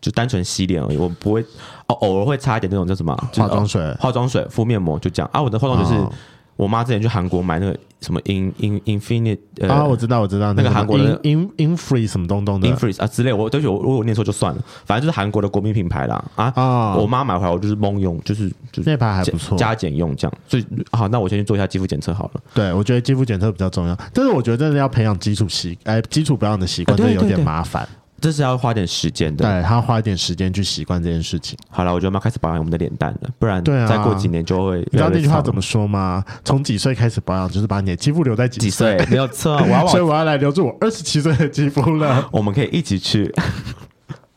[SPEAKER 2] 就单纯洗脸而已，我不会哦，偶尔会擦一点那种叫什么就是
[SPEAKER 1] 化妆水
[SPEAKER 2] 呃化妆水、敷面膜，就这样啊。我的化妆水是
[SPEAKER 1] 哦
[SPEAKER 2] 我妈之前去韩国买那个什么 In In Infinite 呃、
[SPEAKER 1] 啊，我知道，我知道
[SPEAKER 2] 那个
[SPEAKER 1] 什么
[SPEAKER 2] 韩国的
[SPEAKER 1] In In In Free 什么东东的
[SPEAKER 2] Infreeze 啊之类，我对不起，我如果我念错就算了，反正就是韩国的国民品牌啦啊。
[SPEAKER 1] 啊，
[SPEAKER 2] 我妈买回来，我就是蒙用，就是就是
[SPEAKER 1] 那排还不错。
[SPEAKER 2] 加减用这样。所以好，那我先去做一下肌肤检测好了。
[SPEAKER 1] 对，我觉得肌肤检测比较重要，但是我觉得真的要培养基础习，哎，基础保养的习惯，
[SPEAKER 2] 啊
[SPEAKER 1] 这
[SPEAKER 2] 对
[SPEAKER 1] 个有
[SPEAKER 2] 对
[SPEAKER 1] 点
[SPEAKER 2] 对
[SPEAKER 1] 麻烦。
[SPEAKER 2] 这是要花点时间的。
[SPEAKER 1] 对，他要花一点时间去习惯这件事情。
[SPEAKER 2] 好了，我觉得我们要开始保养我们的脸蛋了，不然
[SPEAKER 1] 对啊
[SPEAKER 2] 再过几年就会
[SPEAKER 1] 你知
[SPEAKER 2] 越
[SPEAKER 1] 道
[SPEAKER 2] 来越
[SPEAKER 1] 那句话
[SPEAKER 2] 糙
[SPEAKER 1] 怎么说吗？从几岁开始保养，就是把你的肌肤留在
[SPEAKER 2] 几 岁？没有错，我要往
[SPEAKER 1] 所以我要来留住我二十七岁的肌肤了。
[SPEAKER 2] 我们可以一起去